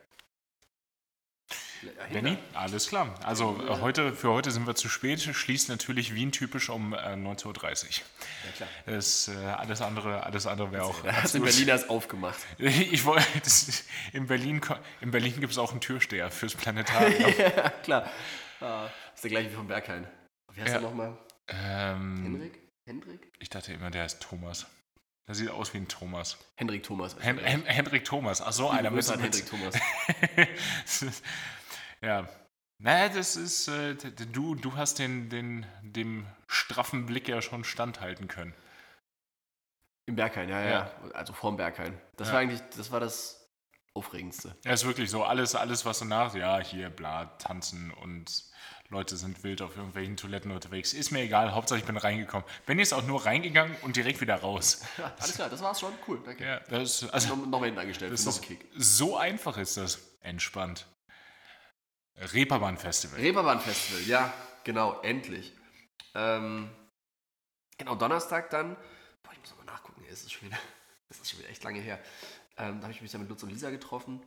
Speaker 1: Benny, alles klar. Also äh, heute, für heute sind wir zu spät, schließt natürlich Wien typisch um äh, 19.30
Speaker 2: Ja, klar.
Speaker 1: Uhr. Das, äh, alles andere, alles andere wäre auch.
Speaker 2: Da hast du
Speaker 1: absolut-
Speaker 2: Berliners aufgemacht.
Speaker 1: Ich wollte, das- in Berlin, ko- in Berlin gibt es auch einen Türsteher fürs Planetarium.
Speaker 2: ja, klar. Ah, ist der gleiche wie vom Berghain. Wie heißt
Speaker 1: Ja.
Speaker 2: der nochmal?
Speaker 1: ähm,
Speaker 2: Henrik? Hendrik?
Speaker 1: ich dachte immer, der heißt Thomas. Der sieht aus wie ein Thomas.
Speaker 2: Hendrik Thomas.
Speaker 1: Hen Hen Hendrik Thomas. Ach so,
Speaker 2: Alter,
Speaker 1: Alter.
Speaker 2: Grüße
Speaker 1: Müssen
Speaker 2: an
Speaker 1: wir
Speaker 2: Hendrik Thomas.
Speaker 1: ja. Naja, das ist, äh, d- d- du, du hast den, den, dem straffen Blick ja schon standhalten können.
Speaker 2: Im Berghain, ja, ja.
Speaker 1: Ja.
Speaker 2: ja. Also vorm Berghain. Das
Speaker 1: Ja.
Speaker 2: war eigentlich, das war das Aufregendste.
Speaker 1: Er ist wirklich so, alles, alles, was danach, ja, hier, bla, tanzen und Leute sind wild auf irgendwelchen Toiletten unterwegs. Ist mir egal, Hauptsache ich bin reingekommen. Wenn ist auch nur reingegangen und direkt wieder raus.
Speaker 2: Ja, alles klar, das war's schon. Cool, danke.
Speaker 1: Ja, das, ist- also,
Speaker 2: Noch, noch mal hinten angestellt.
Speaker 1: das
Speaker 2: für noch
Speaker 1: ist,
Speaker 2: einen Kick.
Speaker 1: so einfach ist das. Entspannt. Reeperbahn-Festival.
Speaker 2: Reeperbahn-Festival, ja, genau, endlich. Ähm, genau, Donnerstag dann. Boah, ich muss nochmal nachgucken, ey, es ist schon wieder, es ist schon wieder echt lange her. Ähm, da habe ich mich dann mit Lutz und Lisa getroffen.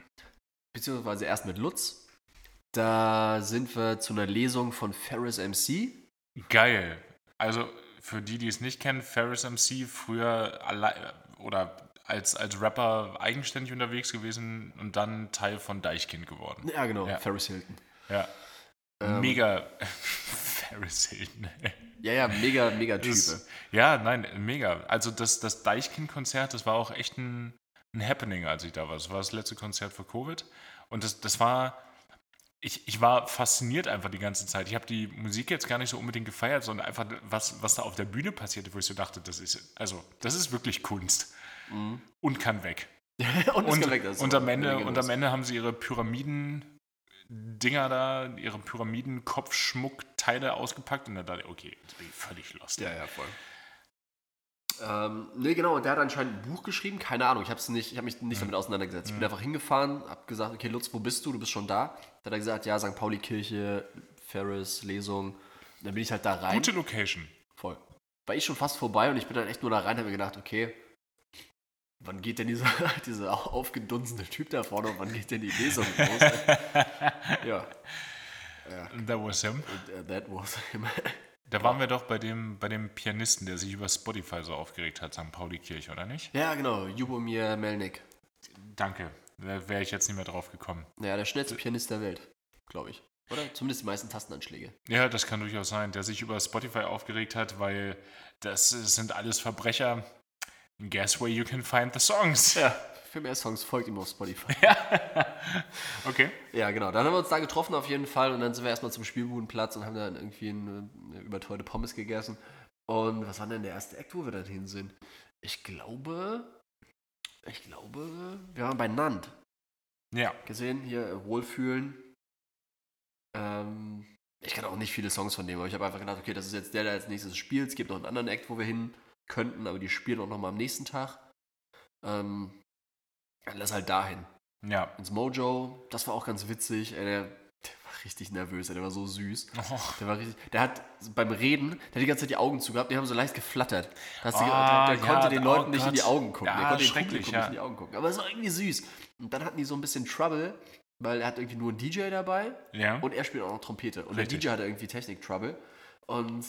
Speaker 2: Beziehungsweise erst mit Lutz. Da sind wir zu einer Lesung von Ferris MC.
Speaker 1: Geil. Also für die, die es nicht kennen, Ferris MC früher alle oder als, als Rapper eigenständig unterwegs gewesen und dann Teil von Deichkind geworden.
Speaker 2: Ja, genau,
Speaker 1: Ja.
Speaker 2: Ferris Hilton.
Speaker 1: Ja.
Speaker 2: Ähm,
Speaker 1: Mega Ferris Hilton. ey.
Speaker 2: Ja, ja, mega, mega Typ.
Speaker 1: Das- Ja, nein, mega. Also das, das Deichkind-Konzert, das war auch echt ein, ein Happening, als ich da war. Das war das letzte Konzert vor Covid. Und das, das war, ich, ich war fasziniert einfach die ganze Zeit. Ich habe die Musik jetzt gar nicht so unbedingt gefeiert, sondern einfach, was, was da auf der Bühne passierte, wo ich so dachte, das ist, also, das ist wirklich Kunst. Und kann weg.
Speaker 2: Mhm. und, ist
Speaker 1: Und,
Speaker 2: korrekt, das ist
Speaker 1: und,
Speaker 2: auch
Speaker 1: am Ende,
Speaker 2: mega
Speaker 1: und
Speaker 2: los.
Speaker 1: am Ende haben sie ihre Pyramiden Dinger da, ihre Pyramiden-Kopfschmuckteile ausgepackt und dann dachte ich, okay, jetzt bin ich völlig lost.
Speaker 2: ja, voll. Ähm, nee, genau, und der hat anscheinend ein Buch geschrieben, keine Ahnung, ich hab's nicht, ich habe mich nicht damit auseinandergesetzt. Ich bin einfach hingefahren, hab gesagt, okay, Lutz, wo bist du? Du bist schon da. Dann hat er gesagt, ja, St. Pauli Kirche, Ferris, Lesung. Und dann bin ich halt da rein.
Speaker 1: Gute Location.
Speaker 2: Voll. War ich schon fast vorbei und ich bin dann echt nur da rein und habe mir gedacht, okay, wann geht denn dieser, dieser aufgedunsene Typ da vorne und wann geht denn die Lesung los? ja,
Speaker 1: That was him.
Speaker 2: und, äh, that was him.
Speaker 1: Da waren wir doch bei dem, bei dem Pianisten, der sich über Spotify so aufgeregt hat, St. Pauli Kirche, oder nicht?
Speaker 2: ja, genau, Jubomir Melnik.
Speaker 1: Danke. Da wäre ich jetzt nicht mehr drauf gekommen.
Speaker 2: Naja, der schnellste Pianist der Welt, glaube ich. Oder zumindest die meisten Tastenanschläge.
Speaker 1: Ja, das kann durchaus sein, der sich über Spotify aufgeregt hat, weil das sind alles Verbrecher. Guess where you can find the songs.
Speaker 2: Ja. Für mehr Songs folgt ihm auf Spotify.
Speaker 1: Okay.
Speaker 2: ja, genau. Dann haben wir uns da getroffen auf jeden Fall und dann sind wir erstmal zum Spielbudenplatz und haben dann irgendwie eine, eine überteuerte Pommes gegessen. Und was war denn der erste Act, wo wir dann hin sind? Ich glaube, ich glaube, wir waren bei Nand.
Speaker 1: Ja.
Speaker 2: gesehen, hier äh, Wohlfühlen. Ähm, ich kann auch nicht viele Songs von dem, aber ich habe einfach gedacht, okay, das ist jetzt der, der als nächstes spielt. Es gibt noch einen anderen Act, wo wir hin könnten, aber die spielen auch nochmal am nächsten Tag. Ähm, dann lass halt dahin.
Speaker 1: Ja.
Speaker 2: Ins Mojo, das war auch ganz witzig. Ey, der, der war richtig nervös, ey, der war so süß.
Speaker 1: Oh.
Speaker 2: Der war richtig, der hat beim Reden, der hat die ganze Zeit die Augen zugehabt, die haben so leicht geflattert. Da hast du ge-
Speaker 1: Ah,
Speaker 2: der, der
Speaker 1: ja,
Speaker 2: konnte den
Speaker 1: oh
Speaker 2: Leuten nicht in die
Speaker 1: Gott.
Speaker 2: Augen gucken. der
Speaker 1: Ja,
Speaker 2: konnte den
Speaker 1: schrecklich,
Speaker 2: Publikum
Speaker 1: ja.
Speaker 2: nicht in die Augen gucken. Aber es war irgendwie süß. Und dann hatten die so ein bisschen Trouble, weil er hat irgendwie nur einen DJ dabei
Speaker 1: Ja.
Speaker 2: und er spielt auch noch Trompete. Und
Speaker 1: Mhm. Richtig.
Speaker 2: der DJ hatte irgendwie Technik-Trouble. Und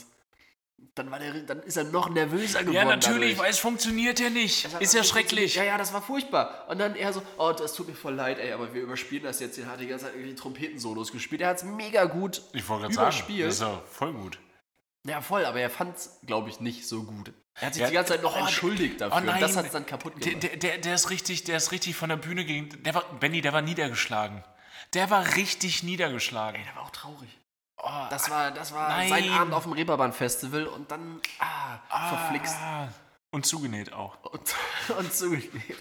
Speaker 2: dann, war der, dann ist er noch nervöser geworden.
Speaker 1: Ja, natürlich,
Speaker 2: dadurch.
Speaker 1: weil es funktioniert ja nicht.
Speaker 2: Das hat
Speaker 1: Ist
Speaker 2: dann
Speaker 1: ja
Speaker 2: so funktioniert.
Speaker 1: schrecklich.
Speaker 2: Ja, ja, das war furchtbar. Und dann er so, oh, das tut mir voll leid, ey, aber wir überspielen das jetzt. Er hat die ganze Zeit irgendwie Trompetensolos gespielt. Er hat es mega gut
Speaker 1: Ich wollte gerade sagen,
Speaker 2: überspielt.
Speaker 1: das ist ja voll gut.
Speaker 2: Ja, voll, aber er fand es, glaube ich, nicht so gut. Er hat sich
Speaker 1: Ja.
Speaker 2: die ganze Zeit noch
Speaker 1: Oh,
Speaker 2: entschuldigt dafür.
Speaker 1: oh nein.
Speaker 2: und das hat es dann kaputt
Speaker 1: Der,
Speaker 2: gemacht.
Speaker 1: der, der, der ist richtig, der ist richtig von der Bühne gegen. Der war, Benny, der war niedergeschlagen. Der war richtig niedergeschlagen.
Speaker 2: Der war auch traurig.
Speaker 1: Oh,
Speaker 2: Das war, das war
Speaker 1: Nein.
Speaker 2: sein Abend auf dem Reeperbahn-Festival und dann ah, verflixt
Speaker 1: ah. Und zugenäht auch.
Speaker 2: und, und zugelegt.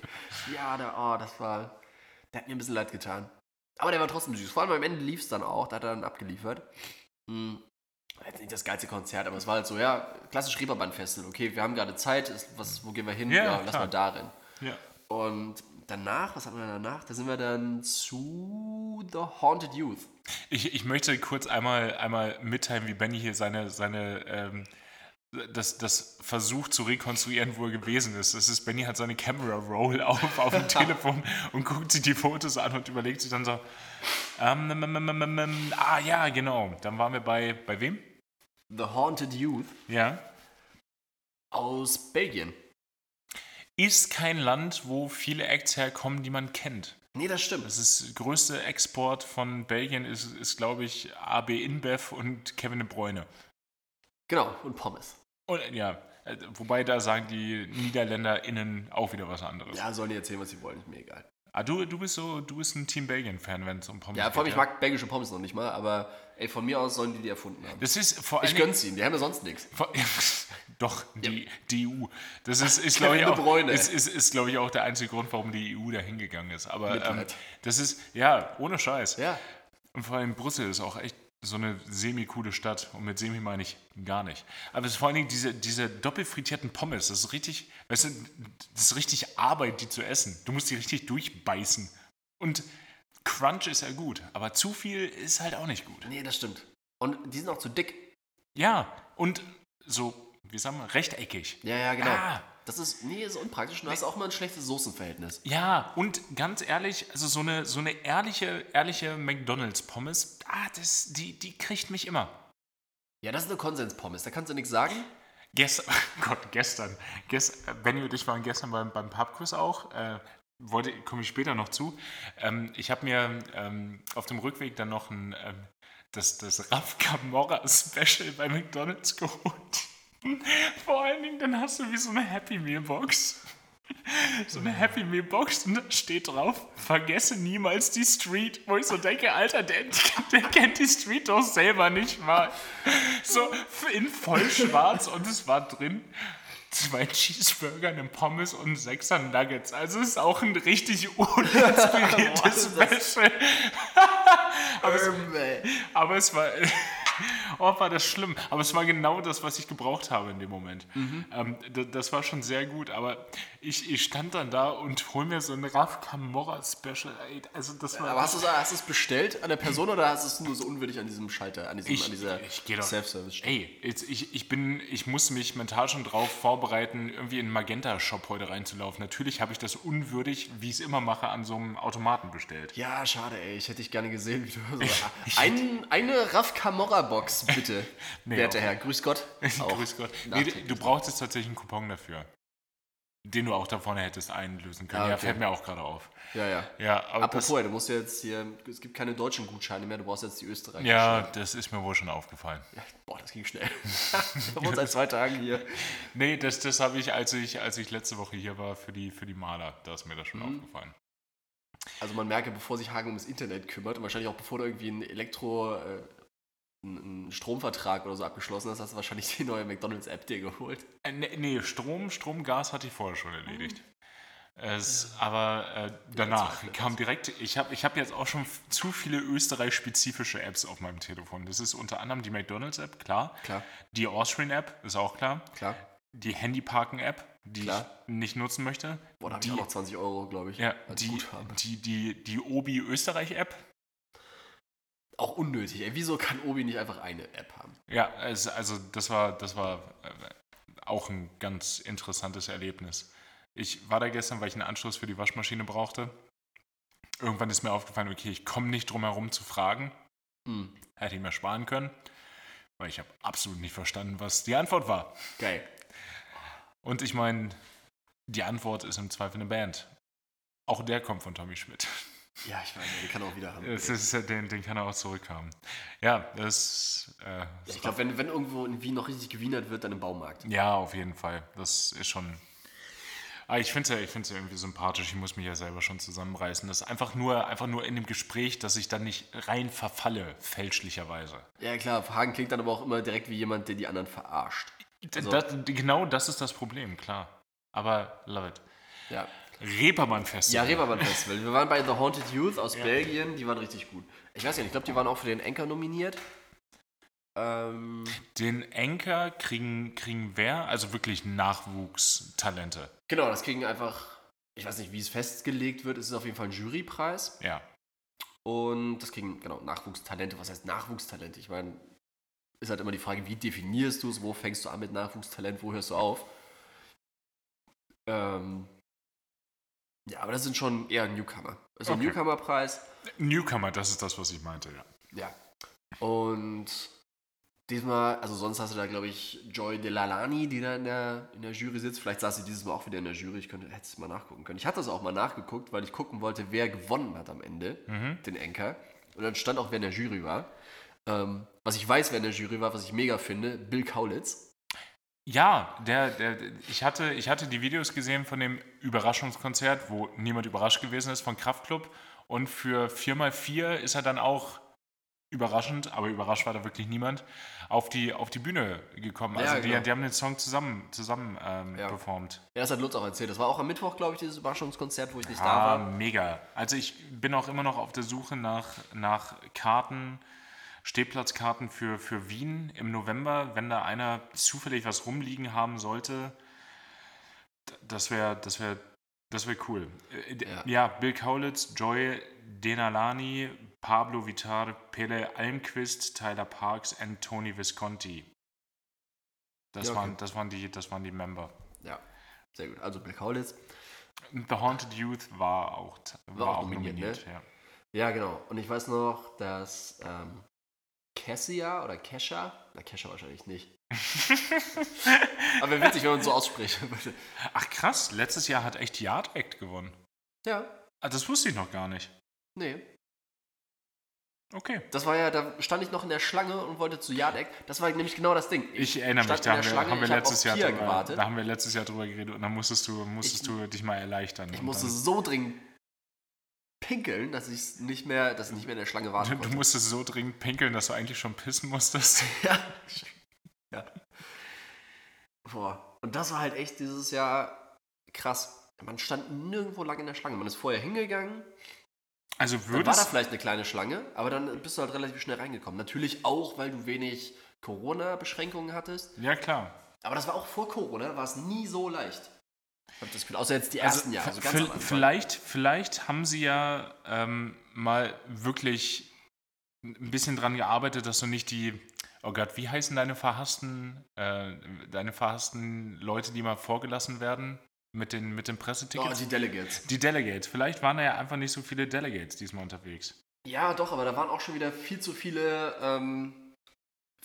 Speaker 2: Ja, der, oh, das war. Der hat mir ein bisschen leid getan. Aber der war trotzdem süß. Vor allem am Ende lief es dann auch, da hat er dann abgeliefert. Hm. war Jetzt nicht das geilste Konzert, aber es war halt so, ja, klassisch Reeperbahn-Festival. Okay, wir haben gerade Zeit, ist, was, wo gehen wir hin?
Speaker 1: Ja,
Speaker 2: lass
Speaker 1: klar.
Speaker 2: mal darin.
Speaker 1: Ja.
Speaker 2: Und danach, was hatten wir danach? Da sind wir dann zu The Haunted Youth.
Speaker 1: Ich, ich möchte kurz einmal, einmal mitteilen, wie Benny hier seine, seine ähm, das, das Versuch zu rekonstruieren, wo er gewesen ist. Das ist, Benny hat seine Camera Roll auf, auf dem Telefon und guckt sich die Fotos an und überlegt sich dann so, ähm, ähm, ähm, ähm, ähm, ähm, ah ja, genau. Dann waren wir bei, bei wem?
Speaker 2: The Haunted Youth
Speaker 1: Ja.
Speaker 2: aus Belgien.
Speaker 1: Ist kein Land, wo viele Acts herkommen, die man kennt.
Speaker 2: Nee, das stimmt.
Speaker 1: Das ist, größte Export von Belgien ist, ist glaube ich, AB InBev und Kevin de Bruyne.
Speaker 2: Genau, und Pommes.
Speaker 1: Und, äh, ja, äh, wobei da sagen die NiederländerInnen auch wieder was anderes.
Speaker 2: Ja, sollen die erzählen, was sie wollen, ist mir egal.
Speaker 1: Ah, du, du bist so, du bist ein Team Belgien-Fan, wenn es um Pommes
Speaker 2: Ja, vor allem,
Speaker 1: geht.
Speaker 2: ich mag belgische Pommes noch nicht mal, aber ey, von mir aus sollen die die erfunden haben.
Speaker 1: Das ist vor
Speaker 2: Ich
Speaker 1: allen Dingen.
Speaker 2: gönn's ihnen, die haben ja sonst nichts.
Speaker 1: Vor, doch, die, die EU. Das ist, ist glaube ich,
Speaker 2: Kevin de
Speaker 1: auch,
Speaker 2: Bruyne.
Speaker 1: ist, ist, ist, glaube ich, auch der einzige Grund, warum die EU da hingegangen ist. Aber ähm,
Speaker 2: Mitleid.
Speaker 1: das ist, ja, ohne Scheiß.
Speaker 2: Ja.
Speaker 1: Und vor allem Brüssel ist auch echt so eine semi-coole Stadt. Und mit semi meine ich gar nicht. Aber es ist vor allen Dingen diese, diese doppelfrittierten Pommes. Das ist richtig, weißt du, das ist richtig Arbeit, die zu essen. Du musst die richtig durchbeißen. Und Crunch ist ja gut, aber zu viel ist halt auch nicht gut.
Speaker 2: Nee, das stimmt. Und die sind auch zu dick.
Speaker 1: Ja, und so, wie sagen wir, rechteckig.
Speaker 2: Ja, ja, genau.
Speaker 1: Ah.
Speaker 2: Das ist, nee, ist unpraktisch und du hast auch mal ein schlechtes Soßenverhältnis.
Speaker 1: Ja, und ganz ehrlich, also so eine, so eine ehrliche, ehrliche McDonalds-Pommes, ah, das, die, die kriegt mich immer.
Speaker 2: Ja, das ist eine Konsenspommes, da kannst du nichts sagen.
Speaker 1: Gestern, Gott, gestern. Gest, äh, Benny und ich waren gestern beim, beim Pubquiz auch. Äh, wollte, komme ich später noch zu. Ähm, ich habe mir ähm, auf dem Rückweg dann noch ein, ähm, das, das Raff Camorra Special bei McDonalds geholt. Vor allen Dingen, dann hast du wie so eine Happy Meal Box. So eine Happy Meal Box und da steht drauf, vergesse niemals die Street. Wo ich so denke, Alter, der, der kennt die Street doch selber nicht mal. So in voll schwarz und es war drin zwei Cheeseburger, eine Pommes und sechser Nuggets. Also es ist auch ein richtig uninspiriertes
Speaker 2: Boah, das-
Speaker 1: Special. aber, es,
Speaker 2: Ähm, ey.
Speaker 1: aber es war. Oh, war das schlimm. Aber es war genau das, was ich gebraucht habe in dem Moment. Ähm, d- das war schon sehr gut, aber ich, ich stand dann da und hol mir so ein Raf Camorra Special. ey. Also das war.
Speaker 2: Aber hast du es hast du es bestellt an der Person oder hast du es nur so unwürdig an diesem Schalter, an, diesem,
Speaker 1: Ich-
Speaker 2: an dieser
Speaker 1: ich geh doch-
Speaker 2: Self-Service?
Speaker 1: Ey, jetzt, ich, ich bin, ich muss mich mental schon drauf vorbereiten, irgendwie in den Magenta-Shop heute reinzulaufen. Natürlich habe ich das unwürdig, wie ich es immer mache, an so einem Automaten bestellt.
Speaker 2: Ja, schade, ey. Ich hätte dich gerne gesehen, wie du so. Ein, eine Raff Camorra-Box, bitte.
Speaker 1: Nee,
Speaker 2: Werter
Speaker 1: auch-
Speaker 2: Herr, grüß Gott. Auch.
Speaker 1: Grüß Gott. Nee,
Speaker 2: Nachträglich.
Speaker 1: du brauchst jetzt tatsächlich einen Coupon dafür. Den du auch da vorne hättest einlösen können.
Speaker 2: Ah,
Speaker 1: Ja,
Speaker 2: okay.
Speaker 1: fällt mir auch gerade auf.
Speaker 2: Ja, ja.
Speaker 1: Ja, aber
Speaker 2: Apropos,
Speaker 1: das,
Speaker 2: ey, du musst ja jetzt hier, es gibt keine deutschen Gutscheine mehr, du brauchst jetzt die Österreicher.
Speaker 1: ja, das ist mir wohl schon aufgefallen.
Speaker 2: Boah, das ging schnell. Wir haben uns seit zwei Tagen hier.
Speaker 1: Nee, das, das habe ich als, ich, als ich letzte Woche hier war für die, für die Maler. Da ist mir das schon
Speaker 2: Mhm.
Speaker 1: aufgefallen.
Speaker 2: Also man merke, bevor sich Hagen ums Internet kümmert und wahrscheinlich auch bevor du irgendwie einen Elektro, äh, einen einen Stromvertrag oder so abgeschlossen hast, hast du wahrscheinlich die neue McDonalds-App dir geholt.
Speaker 1: Äh, Nee, nee Strom, Strom, Gas hatte ich vorher schon erledigt.
Speaker 2: Mhm.
Speaker 1: Es, aber äh, danach kam direkt, ich habe ich hab jetzt auch schon f- zu viele österreich-spezifische Apps auf meinem Telefon. Das ist unter anderem die McDonalds-App, klar.
Speaker 2: Klar.
Speaker 1: Die Austrian-App, ist auch klar.
Speaker 2: Klar.
Speaker 1: Die Handy-Parken-App, die
Speaker 2: Klar.
Speaker 1: ich nicht nutzen möchte.
Speaker 2: Boah, da hab
Speaker 1: die,
Speaker 2: ich auch noch 20 Euro, glaube ich.
Speaker 1: ja,
Speaker 2: als
Speaker 1: die,
Speaker 2: Guthaben.
Speaker 1: die, die, die Obi-Österreich-App.
Speaker 2: Auch unnötig. Ey, wieso kann Obi nicht einfach eine App haben?
Speaker 1: Ja, es, also das war, das war äh, auch ein ganz interessantes Erlebnis. Ich war da gestern, weil ich einen Anschluss für die Waschmaschine brauchte. Irgendwann ist mir aufgefallen, okay, ich komme nicht drum herum zu fragen.
Speaker 2: Hm,
Speaker 1: Hätte ich mir sparen können, weil ich habe absolut nicht verstanden, was die Antwort war.
Speaker 2: Geil.
Speaker 1: Und ich meine, die Antwort ist im Zweifel eine Band. Auch der kommt von Tommy Schmidt.
Speaker 2: Ja, ich weiß, ey, die kann auch wieder haben.
Speaker 1: Es ist, äh, den, den kann er auch zurückhaben. Ja, das. Äh,
Speaker 2: Ja, ich glaube, wenn, wenn irgendwo in Wien noch richtig gewienert wird, dann im Baumarkt.
Speaker 1: Ja, auf jeden Fall. Das ist schon. Ah, ich finde es ja, ich find's ja irgendwie sympathisch. Ich muss mich ja selber schon zusammenreißen. Das ist einfach nur, einfach nur in dem Gespräch, dass ich dann nicht rein verfalle, fälschlicherweise.
Speaker 2: Ja, klar, Hagen klingt dann aber auch immer direkt wie jemand, der die anderen verarscht.
Speaker 1: D- das, genau das ist das Problem, klar. Aber love it.
Speaker 2: Ja.
Speaker 1: Reeperbahn-Fest.
Speaker 2: Ja, Reeperbahn Festival. Wir waren bei The Haunted Youth aus Belgien, die waren richtig gut. Ich weiß ja nicht, ich glaube, die waren auch für den Anchor nominiert. Ähm,
Speaker 1: Den Anker kriegen, kriegen wer? Also wirklich Nachwuchstalente.
Speaker 2: genau, das kriegen einfach, ich weiß nicht, wie es festgelegt wird, es ist auf jeden Fall ein Jurypreis.
Speaker 1: Ja.
Speaker 2: Und das kriegen, genau, Nachwuchstalente. Was heißt Nachwuchstalente? Ich meine, ist halt immer die Frage, wie definierst du es? Wo fängst du an mit Nachwuchstalent? Wo hörst du auf? Ähm, ja, aber das sind schon eher Newcomer. Also
Speaker 1: Okay.
Speaker 2: Newcomer-Preis.
Speaker 1: Newcomer, das ist das, was ich meinte, ja.
Speaker 2: Ja. Und diesmal, also sonst hast du da, glaube ich, Joy Delalani, die da in der, in der Jury sitzt. Vielleicht saß sie dieses Mal auch wieder in der Jury. Ich könnte, hätte es mal nachgucken können. Ich hatte es auch mal nachgeguckt, weil ich gucken wollte, wer gewonnen hat am Ende,
Speaker 1: Mhm.
Speaker 2: den Enker. Und dann stand auch, wer in der Jury war. Ähm, was ich weiß, wer in der Jury war, was ich mega finde, Bill Kaulitz.
Speaker 1: Ja, der, der, ich, hatte, ich hatte die Videos gesehen von dem Überraschungskonzert, wo niemand überrascht gewesen ist, von Kraftklub. Und für 4x4 ist er dann auch überraschend, aber überrascht war da wirklich niemand, auf die, auf die Bühne gekommen.
Speaker 2: Ja,
Speaker 1: Also
Speaker 2: genau.
Speaker 1: die, die haben den Song zusammen, zusammen ähm,
Speaker 2: Ja.
Speaker 1: performt.
Speaker 2: Ja, das hat Lutz auch erzählt. Das war auch am Mittwoch, glaube ich, dieses Überraschungskonzert, wo ich nicht da
Speaker 1: Ah,
Speaker 2: war.
Speaker 1: mega. Also ich bin auch immer noch auf der Suche nach, nach Karten, Stehplatzkarten für, für Wien im November. Wenn da einer zufällig was rumliegen haben sollte, d- das wäre das wär, das wär cool. Äh, d-
Speaker 2: Ja.
Speaker 1: ja, Bill Kaulitz, Joy Denalani, Pablo Vitar, Pele Almquist, Tyler Parks und Tony Visconti. Das,
Speaker 2: Ja, okay.
Speaker 1: waren, das, waren die, das waren die Member.
Speaker 2: Ja, sehr gut. Also Bill Kaulitz.
Speaker 1: Und The Haunted Youth war auch, t- war
Speaker 2: auch
Speaker 1: auch
Speaker 2: nominiert,
Speaker 1: nominiert.
Speaker 2: ne?
Speaker 1: ja.
Speaker 2: Ja, genau. Und ich weiß noch, dass ähm, Cassia oder Kesha, na Kesha wahrscheinlich nicht. Aber wäre witzig, wenn man so ausspricht.
Speaker 1: Ach krass, letztes Jahr hat echt Yard Act gewonnen.
Speaker 2: ja,
Speaker 1: Ah, das wusste ich noch gar nicht.
Speaker 2: nee.
Speaker 1: Okay.
Speaker 2: Das war ja, da stand ich noch in der Schlange und wollte zu Jadek. Das war nämlich genau das Ding.
Speaker 1: Ich erinnere mich,
Speaker 2: stand
Speaker 1: da haben
Speaker 2: in der
Speaker 1: wir,
Speaker 2: Schlange,
Speaker 1: haben, wir
Speaker 2: ich hab
Speaker 1: letztes
Speaker 2: auf
Speaker 1: Jahr
Speaker 2: Pia
Speaker 1: drüber,
Speaker 2: gewartet.
Speaker 1: da haben wir letztes Jahr drüber geredet und dann musstest du, musstest du dich mal erleichtern.
Speaker 2: ich
Speaker 1: und
Speaker 2: musste so dringend pinkeln, dass ich nicht mehr, dass ich nicht mehr in der Schlange warten
Speaker 1: dann, du
Speaker 2: konnte.
Speaker 1: musstest so dringend pinkeln, dass du eigentlich schon pissen musstest.
Speaker 2: Ja. ja. Boah. Und das war halt echt dieses Jahr krass. Man stand nirgendwo lang in der Schlange. Man ist vorher hingegangen,
Speaker 1: Also
Speaker 2: dann war da
Speaker 1: würdest,
Speaker 2: vielleicht eine kleine Schlange, aber dann bist du halt relativ schnell reingekommen. Natürlich auch, weil du wenig Corona-Beschränkungen hattest.
Speaker 1: ja klar.
Speaker 2: Aber das war auch vor Corona, war es nie so leicht. Ich hab das Gefühl, außer jetzt die
Speaker 1: Also,
Speaker 2: ersten Jahre. Also
Speaker 1: v-
Speaker 2: ganz
Speaker 1: vi-
Speaker 2: am Anfang.
Speaker 1: vielleicht, vielleicht haben sie ja ähm, mal wirklich ein bisschen dran gearbeitet, dass du nicht die, oh Gott, wie heißen deine verhassten, äh, deine verhassten Leute, die mal vorgelassen werden mit den, mit den
Speaker 2: Oh,
Speaker 1: Pressetickets?
Speaker 2: die Delegates.
Speaker 1: die Delegates. Vielleicht waren da ja einfach nicht so viele Delegates diesmal unterwegs.
Speaker 2: Ja, doch, aber da waren auch schon wieder viel zu viele, ähm,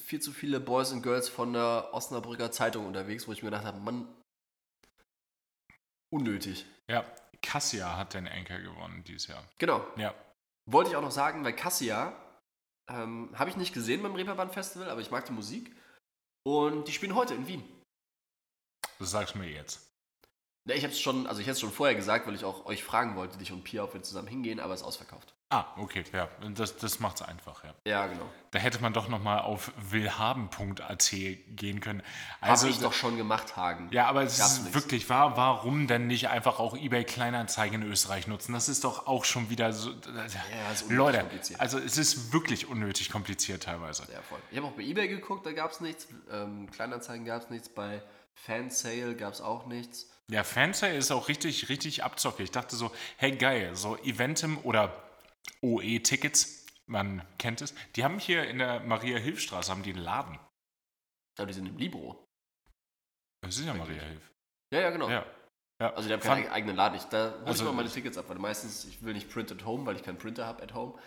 Speaker 2: viel zu viele Boys and Girls von der Osnabrücker Zeitung unterwegs, wo ich mir gedacht habe, Mann, unnötig.
Speaker 1: Ja, Cassia hat den Anker gewonnen dieses Jahr.
Speaker 2: Genau.
Speaker 1: Ja.
Speaker 2: Wollte ich auch noch sagen, weil Cassia ähm, habe ich nicht gesehen beim Reeperbahn Festival, aber ich mag die Musik. Und die spielen heute in Wien.
Speaker 1: Das sagst du mir jetzt.
Speaker 2: Ja, ich habe es schon, also ich hätte es schon vorher gesagt, weil ich auch euch fragen wollte, dich und Pia, ob wir zusammen hingehen, aber es ist ausverkauft.
Speaker 1: Ah, okay, ja. Das, das macht's einfach, ja.
Speaker 2: Ja, genau.
Speaker 1: Da hätte man doch nochmal auf willhaben.at gehen können.
Speaker 2: Also
Speaker 1: Also,
Speaker 2: habe ich doch schon gemacht, Hagen.
Speaker 1: ja, aber es
Speaker 2: Gab's
Speaker 1: ist
Speaker 2: nix.
Speaker 1: wirklich wahr. Warum denn nicht einfach auch eBay Kleinanzeigen in Österreich nutzen? Das ist doch auch schon wieder so.
Speaker 2: ist unnötig
Speaker 1: Leute,
Speaker 2: kompliziert.
Speaker 1: also es ist wirklich unnötig kompliziert teilweise.
Speaker 2: Ja, voll. Ich habe auch bei eBay geguckt, da gab es nichts. Ähm, Kleinanzeigen gab es nichts. Bei Fansale gab es auch nichts.
Speaker 1: Ja, Fansale ist auch richtig, richtig abzocke. Ich dachte so, hey geil, so Eventim oder OE-Tickets, man kennt es. Die haben hier in der Maria-Hilf-Straße haben die einen Laden.
Speaker 2: Aber die sind im Libro.
Speaker 1: Das ist ja
Speaker 2: Wirklich?
Speaker 1: Maria-Hilf.
Speaker 2: Ja, ja, genau.
Speaker 1: Ja. ja.
Speaker 2: Also, die haben
Speaker 1: Fun-
Speaker 2: keinen eigenen Laden. Ich, da hole
Speaker 1: Also-
Speaker 2: ich mal meine Tickets ab, weil meistens, ich will nicht Print at Home, weil ich keinen Printer habe at Home.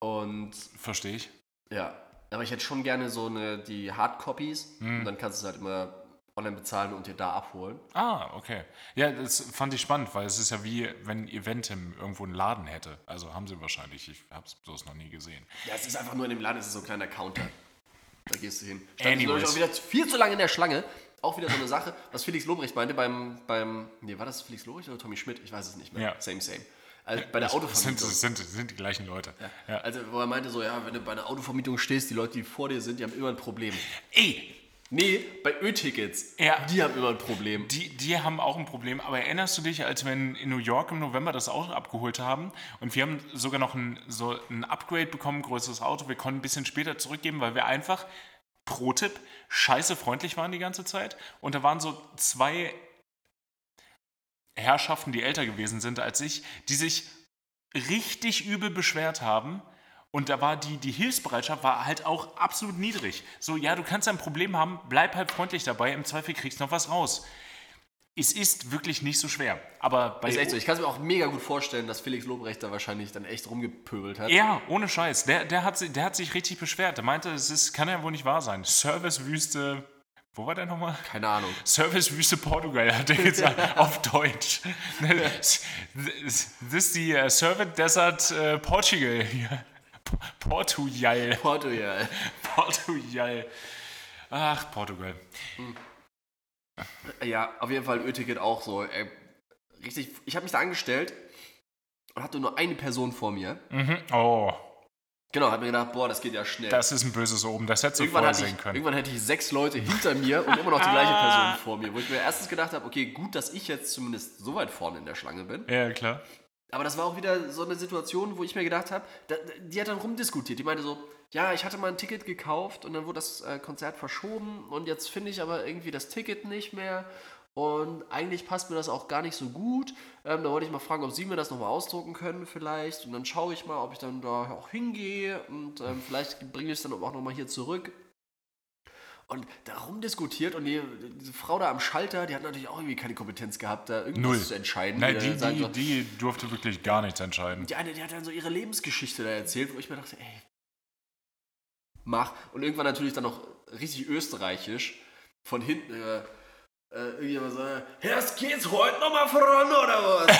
Speaker 2: Und
Speaker 1: Verstehe ich.
Speaker 2: ja, aber ich hätte schon gerne so eine, die Hardcopies.
Speaker 1: Hm.
Speaker 2: Und dann kannst du es halt immer online bezahlen und dir da abholen.
Speaker 1: Ah, okay. Ja, das fand ich spannend, weil es ist ja wie, wenn Eventim irgendwo einen Laden hätte. Also haben sie wahrscheinlich, ich habe es bloß noch nie gesehen.
Speaker 2: Ja, es ist einfach nur in dem Laden, es ist so ein kleiner Counter. Da gehst du hin. Stand ich
Speaker 1: Anyways.
Speaker 2: neulich auch wieder viel zu lange in der Schlange. Auch wieder so eine Sache, was Felix Lobrecht meinte beim, beim, nee, war das Felix Lobrecht oder Tommy Schmidt? Ich weiß es nicht mehr.
Speaker 1: Ja.
Speaker 2: Same, same. Also bei der
Speaker 1: Das sind,
Speaker 2: Autovermietung.
Speaker 1: das sind, das sind die gleichen Leute. Ja.
Speaker 2: Also wo er meinte so, ja, wenn du bei einer Autovermietung stehst, die Leute, die vor dir sind, die haben immer ein Problem.
Speaker 1: Ey,
Speaker 2: Nee, bei Ö-Tickets.
Speaker 1: Ja.
Speaker 2: Die haben immer ein Problem.
Speaker 1: Die, die haben auch ein Problem, aber erinnerst du dich, als wir in, in New York im November das Auto abgeholt haben und wir haben sogar noch ein, so ein Upgrade bekommen, ein größeres Auto, wir konnten ein bisschen später zurückgeben, weil wir einfach, pro Tipp, scheiße freundlich waren die ganze Zeit und da waren so zwei Herrschaften, die älter gewesen sind als ich, die sich richtig übel beschwert haben. Und da war die, die Hilfsbereitschaft war halt auch absolut niedrig. So, ja, du kannst ein Problem haben, bleib halt freundlich dabei, im Zweifel kriegst noch was raus. Es ist wirklich nicht so schwer. Aber bei
Speaker 2: Ist echt so. Ich kann es mir auch mega gut vorstellen, dass Felix Lobrecht da wahrscheinlich dann echt rumgepöbelt hat.
Speaker 1: Ja, ohne Scheiß. Der, der, hat, si- der hat sich richtig beschwert. Der meinte, es ist, kann ja wohl nicht wahr sein. Servicewüste. Wo war der nochmal?
Speaker 2: Keine Ahnung.
Speaker 1: Servicewüste Portugal, hat er gesagt, auf Deutsch. Ne, Das ist die äh, Service Desert äh, Portugal. hier. Po- Portugal.
Speaker 2: Portugal.
Speaker 1: Portugal. Ach, Portugal.
Speaker 2: Ja, auf jeden Fall Ö-Ticket auch so. Ey, richtig, ich habe mich da angestellt und hatte nur eine Person vor mir.
Speaker 1: Mhm. Oh,
Speaker 2: Genau, habe mir gedacht, boah, das geht ja schnell.
Speaker 1: das ist ein böses Oben. Das hättest du
Speaker 2: irgendwann,
Speaker 1: vorher
Speaker 2: hatte ich,
Speaker 1: sehen können.
Speaker 2: irgendwann hätte ich sechs Leute hinter mir und immer noch die gleiche Person vor mir. Wo ich mir erstens gedacht habe, okay, gut, dass ich jetzt zumindest so weit vorne in der Schlange bin.
Speaker 1: Ja, klar.
Speaker 2: Aber das war auch wieder so eine Situation, wo ich mir gedacht habe, da, die hat dann rumdiskutiert. Die meinte so, ja, ich hatte mal ein Ticket gekauft und dann wurde das äh, Konzert verschoben und jetzt finde ich aber irgendwie das Ticket nicht mehr und eigentlich passt mir das auch gar nicht so gut. Ähm, da wollte ich mal fragen, ob Sie mir das nochmal ausdrucken können vielleicht und dann schaue ich mal, ob ich dann da auch hingehe und ähm, vielleicht bringe ich es dann auch nochmal hier zurück. Und darum diskutiert und die, diese Frau da am Schalter, die hat natürlich auch irgendwie keine Kompetenz gehabt, da irgendwas
Speaker 1: Null.
Speaker 2: zu entscheiden.
Speaker 1: Nein,
Speaker 2: Die
Speaker 1: die,
Speaker 2: dann sagen
Speaker 1: die,
Speaker 2: so,
Speaker 1: die durfte wirklich gar nichts entscheiden.
Speaker 2: die eine, die hat dann so ihre Lebensgeschichte da erzählt, wo ich mir dachte, ey, mach. Und irgendwann natürlich dann noch richtig österreichisch von hinten äh, äh, irgendjemand so, Herr's geht's heute nochmal voran oder was?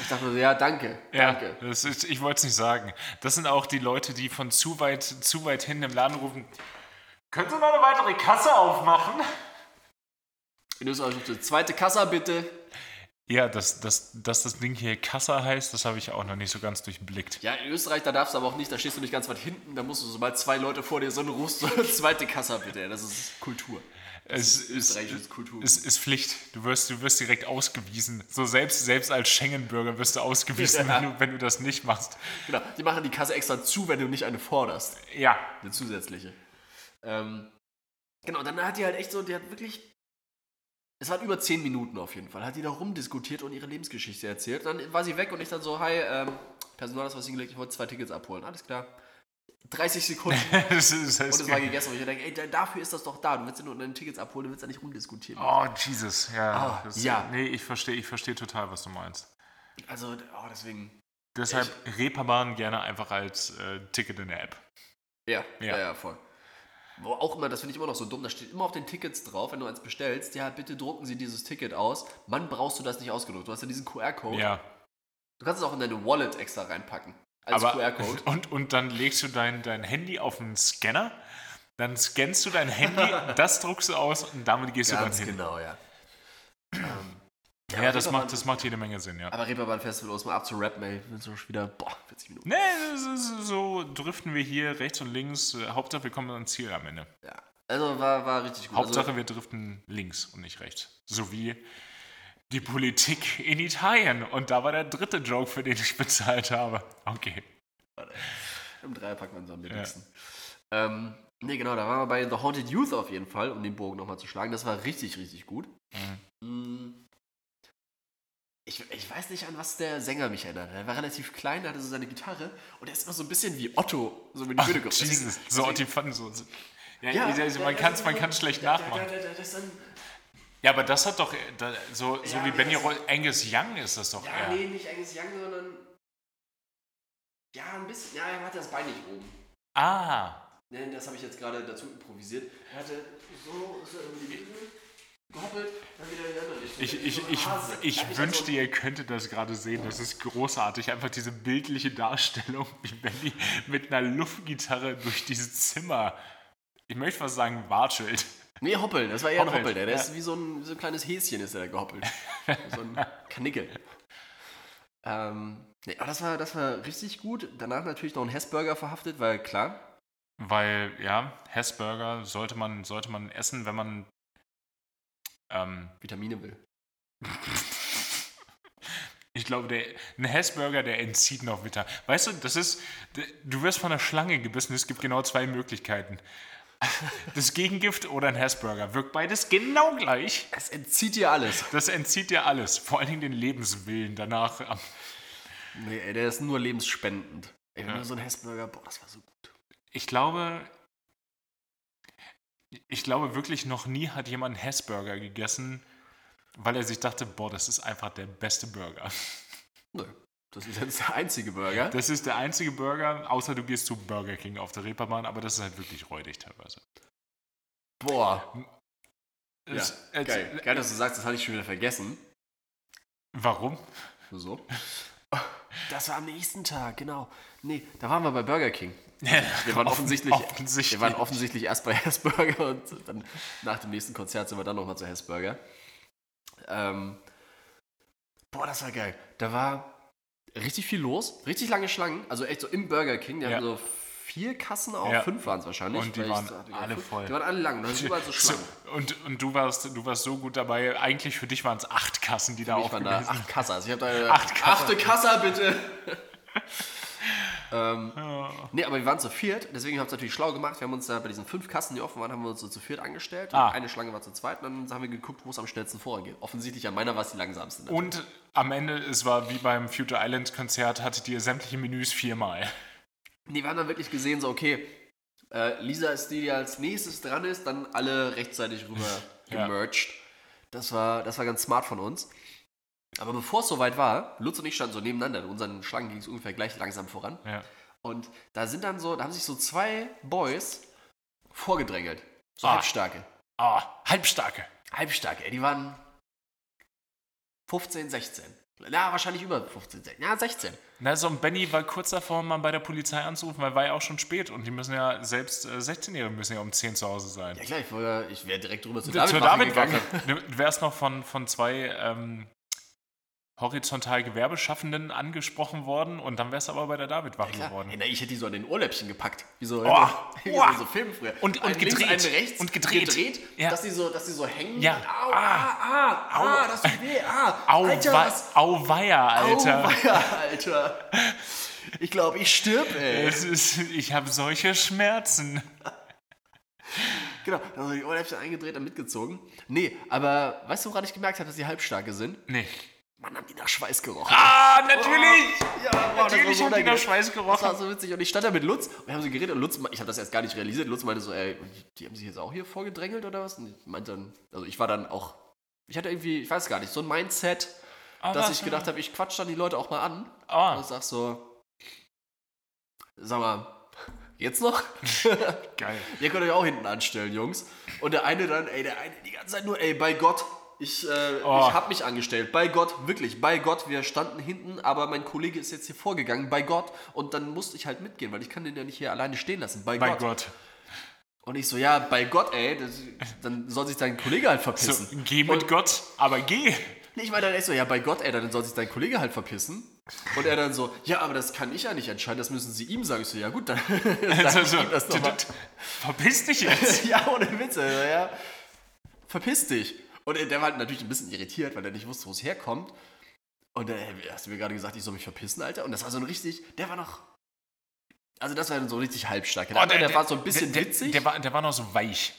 Speaker 2: ich dachte so, ja, danke,
Speaker 1: Ja,
Speaker 2: danke.
Speaker 1: das ist, ich wollte es nicht sagen. Das sind auch die Leute, die von zu weit, zu weit hin im Laden rufen. Könnt ihr noch eine weitere Kasse aufmachen?
Speaker 2: In Österreich ruft so, zweite Kassa bitte.
Speaker 1: Ja, dass, dass, dass das Ding hier Kassa heißt, das habe ich auch noch nicht so ganz durchblickt.
Speaker 2: Ja, in Österreich, da darfst du aber auch nicht, da stehst du nicht ganz weit hinten, da musst du, sobald zwei Leute vor dir sind, rufst du zweite Kassa bitte. Das ist Kultur.
Speaker 1: Es ist,
Speaker 2: Österreichisches Kultur.
Speaker 1: es ist Pflicht. Du wirst, du wirst direkt ausgewiesen. So selbst, selbst als Schengen-Bürger wirst du ausgewiesen,
Speaker 2: Ja.
Speaker 1: wenn, du, wenn du das nicht machst.
Speaker 2: Genau, die machen die Kasse extra zu, wenn du nicht eine forderst.
Speaker 1: Ja,
Speaker 2: Eine zusätzliche. Ähm, genau, dann hat die halt echt so, die hat wirklich. Es waren über 10 Minuten auf jeden Fall. Hat die da rumdiskutiert und ihre Lebensgeschichte erzählt. Dann war sie weg und ich dann so, hi, ähm, Personal, das was hingelegt, ich wollte zwei Tickets abholen. Alles klar. 30 Sekunden
Speaker 1: das ist, das
Speaker 2: und
Speaker 1: ist
Speaker 2: es war gegessen. Und ich denke, ey, da- dafür ist das doch da. Du willst ja nur deine Tickets abholen, du willst ja nicht rumdiskutieren.
Speaker 1: Oh, Jesus, ja.
Speaker 2: Ah, ja.
Speaker 1: Nee, ich verstehe ich verstehe total, was du meinst.
Speaker 2: Also, oh, deswegen.
Speaker 1: Deshalb Reeperbahn gerne einfach als äh, Ticket in der App.
Speaker 2: Ja,
Speaker 1: Ja.
Speaker 2: ja, ja, voll. Wo auch immer, das finde ich immer noch so dumm, da steht immer auf den Tickets drauf, wenn du eins bestellst, ja, bitte drucken Sie dieses Ticket aus. Mann, brauchst du das nicht ausgedruckt. Du hast ja diesen QR-Code.
Speaker 1: Ja.
Speaker 2: Du kannst es auch in deine Wallet extra reinpacken. Als
Speaker 1: Aber,
Speaker 2: QR-Code.
Speaker 1: und, und dann legst du dein, dein Handy auf den Scanner, dann scannst du dein Handy, das druckst du aus und damit gehst du dann hin.
Speaker 2: genau, ja. Ähm,
Speaker 1: Ja,
Speaker 2: aber
Speaker 1: das
Speaker 2: Reeperbahn-
Speaker 1: macht, das macht jede Menge Sinn, ja.
Speaker 2: Aber Reeperbahn-Festival, um es mal abzurappen, ey, sind so schon wieder, boah, 40 Minuten.
Speaker 1: Nee, es ist so driften wir hier rechts und links. Äh, Hauptsache, wir kommen ans Ziel am Ende.
Speaker 2: Ja. Also war, war richtig gut.
Speaker 1: Hauptsache, wir driften links und nicht rechts. So wie die Politik in Italien. Und da war der dritte Joke, für den ich bezahlt habe. Okay.
Speaker 2: Also, Im Dreierpack waren sie am wenigsten. Ähm, nee, genau, da waren wir bei The Haunted Youth auf jeden Fall, um den Bogen nochmal zu schlagen. Das war richtig, richtig gut.
Speaker 1: Mhm.
Speaker 2: Mm. Ich, ich weiß nicht, an was der Sänger mich erinnert. Er war relativ klein, hatte so seine Gitarre und er ist immer so ein bisschen wie Otto, so mit die Bühne gerutscht.
Speaker 1: Jesus. So, und die fanden so. so- Ja, also, man
Speaker 2: der-
Speaker 1: kann es
Speaker 2: der-
Speaker 1: man kann's schlecht
Speaker 2: der- der-
Speaker 1: nachmachen.
Speaker 2: der- der- der ist dann-
Speaker 1: Ja, aber das hat doch, äh, da, so, so
Speaker 2: Ja,
Speaker 1: wie
Speaker 2: nee,
Speaker 1: Benny
Speaker 2: das-
Speaker 1: Roll, Angus Young ist das doch
Speaker 2: Ja,
Speaker 1: eher.
Speaker 2: nee, nicht eigentlich Young, sondern. Ja, ein bisschen. Ja, er hatte das Bein nicht oben.
Speaker 1: Ah,
Speaker 2: Nee, das habe ich jetzt gerade dazu improvisiert. Er hatte so, so in die Mitte gehoppelt, dann wieder in die andere Richtung.
Speaker 1: ich, ich,
Speaker 2: So ein
Speaker 1: ich,
Speaker 2: Hase. Hab
Speaker 1: ich
Speaker 2: also-
Speaker 1: wünschte, ihr könntet das gerade sehen. Das ist großartig. Einfach diese bildliche Darstellung, wie Benny mit einer Luftgitarre durch dieses Zimmer, ich möchte fast sagen, watschelt.
Speaker 2: Nee, hoppeln, das war eher ein
Speaker 1: Hoppeln,
Speaker 2: Hoppeln. Der, der
Speaker 1: ja.
Speaker 2: ist wie so ein, so ein kleines Häschen, ist er da gehoppelt. so ein Knickel. Ähm, nee, aber das war, das war richtig gut. Danach natürlich noch ein Hessburger verhaftet, weil klar,
Speaker 1: Weil, ja, Hessburger sollte man, sollte man essen, wenn man. Ähm,
Speaker 2: Vitamine will.
Speaker 1: ich glaube, der, ein Hessburger, der entzieht noch Witter. Weißt du, das ist. d- Du wirst von einer Schlange gebissen. Es gibt genau zwei Möglichkeiten: das Gegengift oder ein Hessburger. Wirkt beides genau gleich.
Speaker 2: Es entzieht dir alles.
Speaker 1: Das entzieht dir alles. Vor allen Dingen den Lebenswillen danach. am-
Speaker 2: Nee, ey, der ist nur lebensspendend. Ey, wenn
Speaker 1: Ja.
Speaker 2: du so ein Hessburger, boah, das war so gut.
Speaker 1: Ich glaube. Ich glaube wirklich, noch nie hat jemand einen Hessburger gegessen, weil er sich dachte, boah, das ist einfach der beste Burger.
Speaker 2: Nö, das ist jetzt der einzige Burger.
Speaker 1: Das ist der einzige Burger, außer du gehst zu Burger King auf der Reeperbahn, aber das ist halt wirklich räudig teilweise.
Speaker 2: Boah, ja,
Speaker 1: Es- es-
Speaker 2: geil. geil, dass du sagst, das hatte ich schon wieder vergessen.
Speaker 1: Warum?
Speaker 2: Nur So. Das war am nächsten Tag, genau. Nee, da waren wir bei Burger King. Wir waren offensichtlich,
Speaker 1: offensichtlich.
Speaker 2: Wir waren offensichtlich erst bei Hessburger und dann nach dem nächsten Konzert sind wir dann nochmal zu Hessburger. Ähm, boah, das war geil. Da war richtig viel los, richtig lange Schlangen. Also echt so im Burger King. Die
Speaker 1: Ja.
Speaker 2: hatten so vier Kassen auf,
Speaker 1: Ja.
Speaker 2: fünf waren es wahrscheinlich.
Speaker 1: Und die
Speaker 2: weil ich
Speaker 1: waren
Speaker 2: so hatte,
Speaker 1: alle
Speaker 2: fünf.
Speaker 1: voll.
Speaker 2: Die waren alle lang. Da sind überall so
Speaker 1: so,
Speaker 2: Schlangen.
Speaker 1: und, und du warst, du warst so gut dabei. Eigentlich für dich waren es acht Kassen, die da
Speaker 2: Ich war da
Speaker 1: aufgegangen sind.
Speaker 2: acht Kasser. Also ich habe da
Speaker 1: Acht Kasser.
Speaker 2: achte Kasser bitte. ähm, Nee, aber wir waren zu viert, deswegen haben wir es natürlich schlau gemacht. Wir haben uns da bei diesen fünf Kassen, die offen waren, haben wir uns so zu viert angestellt.
Speaker 1: Ah.
Speaker 2: Eine Schlange war zu zweit und dann haben wir geguckt, wo es am schnellsten vorangeht. Offensichtlich an meiner war es die langsamste. ne?
Speaker 1: Und am Ende, es war wie beim Future Island Konzert, hattet ihr sämtliche Menüs viermal.
Speaker 2: Nee, wir haben dann wirklich gesehen, so, okay, äh, Lisa ist die, die als nächstes dran ist, dann alle rechtzeitig rüber
Speaker 1: Ja.
Speaker 2: gemerged. Das, war, das war ganz smart von uns. Aber bevor es soweit war, Lutz und ich standen so nebeneinander. In unseren Schlangen ging es ungefähr gleich langsam voran.
Speaker 1: Ja.
Speaker 2: Und da sind dann so, da haben sich so zwei Boys vorgedrängelt. So
Speaker 1: Ah.
Speaker 2: halbstarke.
Speaker 1: Ah, halbstarke.
Speaker 2: Halbstarke, ey, die waren 15, 16. Ja, wahrscheinlich über 15, 16. Ja, 16.
Speaker 1: Na, so ein Benny war kurz davor, mal bei der Polizei anzurufen, weil war ja auch schon spät und die müssen ja selbst äh, 16-Jährige müssen ja um 10 zu Hause sein.
Speaker 2: Ja klar, ich, wollte- ich wäre direkt drüber zu
Speaker 1: Zu
Speaker 2: David,
Speaker 1: David
Speaker 2: gegangen.
Speaker 1: gegangen. Du wärst noch von, von zwei ähm, horizontal Gewerbeschaffenden angesprochen worden und dann wärst du aber bei der David-Wache
Speaker 2: Klar.
Speaker 1: geworden.
Speaker 2: Ey, na, ich hätte die so an den Ohrläppchen gepackt. Wie
Speaker 1: Oh,
Speaker 2: so, wie
Speaker 1: oh.
Speaker 2: so Film früher.
Speaker 1: Und- und
Speaker 2: Einen links,
Speaker 1: gedreht.
Speaker 2: einen rechts
Speaker 1: Und gedreht. Ja.
Speaker 2: dass, die so, dass die so hängen.
Speaker 1: Ja.
Speaker 2: Au, ah, ah, ah, das tut weh. Ah,
Speaker 1: Au,
Speaker 2: Alter,
Speaker 1: wa-
Speaker 2: was?
Speaker 1: Auweia, Alter.
Speaker 2: Auweia, Alter. Ich glaube, ich stirb, ey.
Speaker 1: Es ist, ich habe solche Schmerzen.
Speaker 2: Genau, dann haben die Ohrläppchen eingedreht und mitgezogen. Nee, aber weißt du, woran ich gemerkt habe, dass die halbstarke sind?
Speaker 1: Nee.
Speaker 2: Man haben die nach Schweiß gerochen.
Speaker 1: Ah, natürlich!
Speaker 2: Ja, wow, das war
Speaker 1: natürlich
Speaker 2: so
Speaker 1: haben die nach
Speaker 2: unangenehm.
Speaker 1: Schweiß
Speaker 2: Das
Speaker 1: gerochen.
Speaker 2: war so witzig. Und ich stand da mit Lutz und wir haben so geredet und Lutz, me- ich habe das erst gar nicht realisiert, Lutz meinte so, ey, die haben sich jetzt auch hier vorgedrängelt oder was? Und ich meinte dann, also ich war dann auch, ich hatte irgendwie, ich weiß gar nicht, so ein Mindset,
Speaker 1: Ah,
Speaker 2: dass
Speaker 1: was?
Speaker 2: ich gedacht habe, ich quatsch dann die Leute auch mal an
Speaker 1: Ah,
Speaker 2: und sag so, sag mal, jetzt noch?
Speaker 1: geil.
Speaker 2: Ihr könnt euch auch hinten anstellen, Jungs. Und der eine dann, ey, der eine die ganze Zeit nur, ey, bei Gott. Ich, äh,
Speaker 1: Oh.
Speaker 2: ich hab mich angestellt. Bei Gott, wirklich, bei Gott. Wir standen hinten, aber mein Kollege ist jetzt hier vorgegangen, bei Gott. Und dann musste ich halt mitgehen, weil ich kann den ja nicht hier alleine stehen lassen, bei,
Speaker 1: Mein
Speaker 2: Gott.
Speaker 1: Gott.
Speaker 2: Und ich so, ja, bei Gott, ey, das, dann soll sich dein Kollege halt
Speaker 1: So,
Speaker 2: verpissen.
Speaker 1: geh mit Gott, aber geh.
Speaker 2: Nee, Ich meine dann echt so, ja, bei Gott, ey, dann soll sich dein Kollege halt verpissen. Und er dann so, ja, aber das kann ich ja nicht entscheiden, das müssen sie ihm sagen. Ich so, ja gut, dann sag ich
Speaker 1: Also,
Speaker 2: ihm das
Speaker 1: so,
Speaker 2: doch mal.
Speaker 1: verpiss dich jetzt.
Speaker 2: ja, ohne Witz, also, ja. Verpiss dich. Und äh, der war halt natürlich ein bisschen irritiert, weil er nicht wusste, wo es herkommt. Und dann äh, hast du mir gerade gesagt, ich soll mich verpissen, Alter. Und das war so ein richtig, der war noch. Also das war dann so richtig halbstark. Der,
Speaker 1: Oh,
Speaker 2: andere, der, war so ein bisschen
Speaker 1: der,
Speaker 2: witzig.
Speaker 1: Der war, der war noch so weich.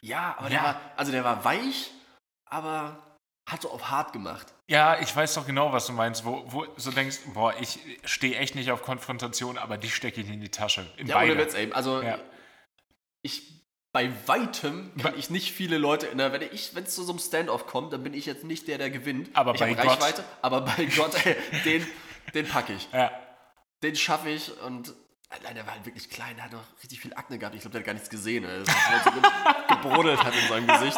Speaker 2: ja, aber der
Speaker 1: Ja.
Speaker 2: war, also der war weich, aber hat so auf hart gemacht.
Speaker 1: Ja, ich weiß doch genau, was du meinst, wo, wo du denkst, boah, ich stehe echt nicht auf Konfrontation, aber die stecke ich in die Tasche. In
Speaker 2: Ja,
Speaker 1: beide.
Speaker 2: ohne Witz, ey. Also
Speaker 1: Ja.
Speaker 2: ich bei weitem kann
Speaker 1: Ba-
Speaker 2: ich nicht viele Leute, na, wenn ich wenn es zu so einem Standoff kommt, dann bin ich jetzt nicht der, der gewinnt.
Speaker 1: Aber
Speaker 2: ich
Speaker 1: bei
Speaker 2: hab
Speaker 1: Gott.
Speaker 2: Reichweite, aber bei Gott, ey, den den packe ich.
Speaker 1: Ja,
Speaker 2: Den schaffe ich und Allein der war halt wirklich klein, der hat noch richtig viel Akne gehabt. Ich glaube, der hat gar nichts gesehen. Ey. Das ist so ge- gebrodelt hat in seinem Gesicht.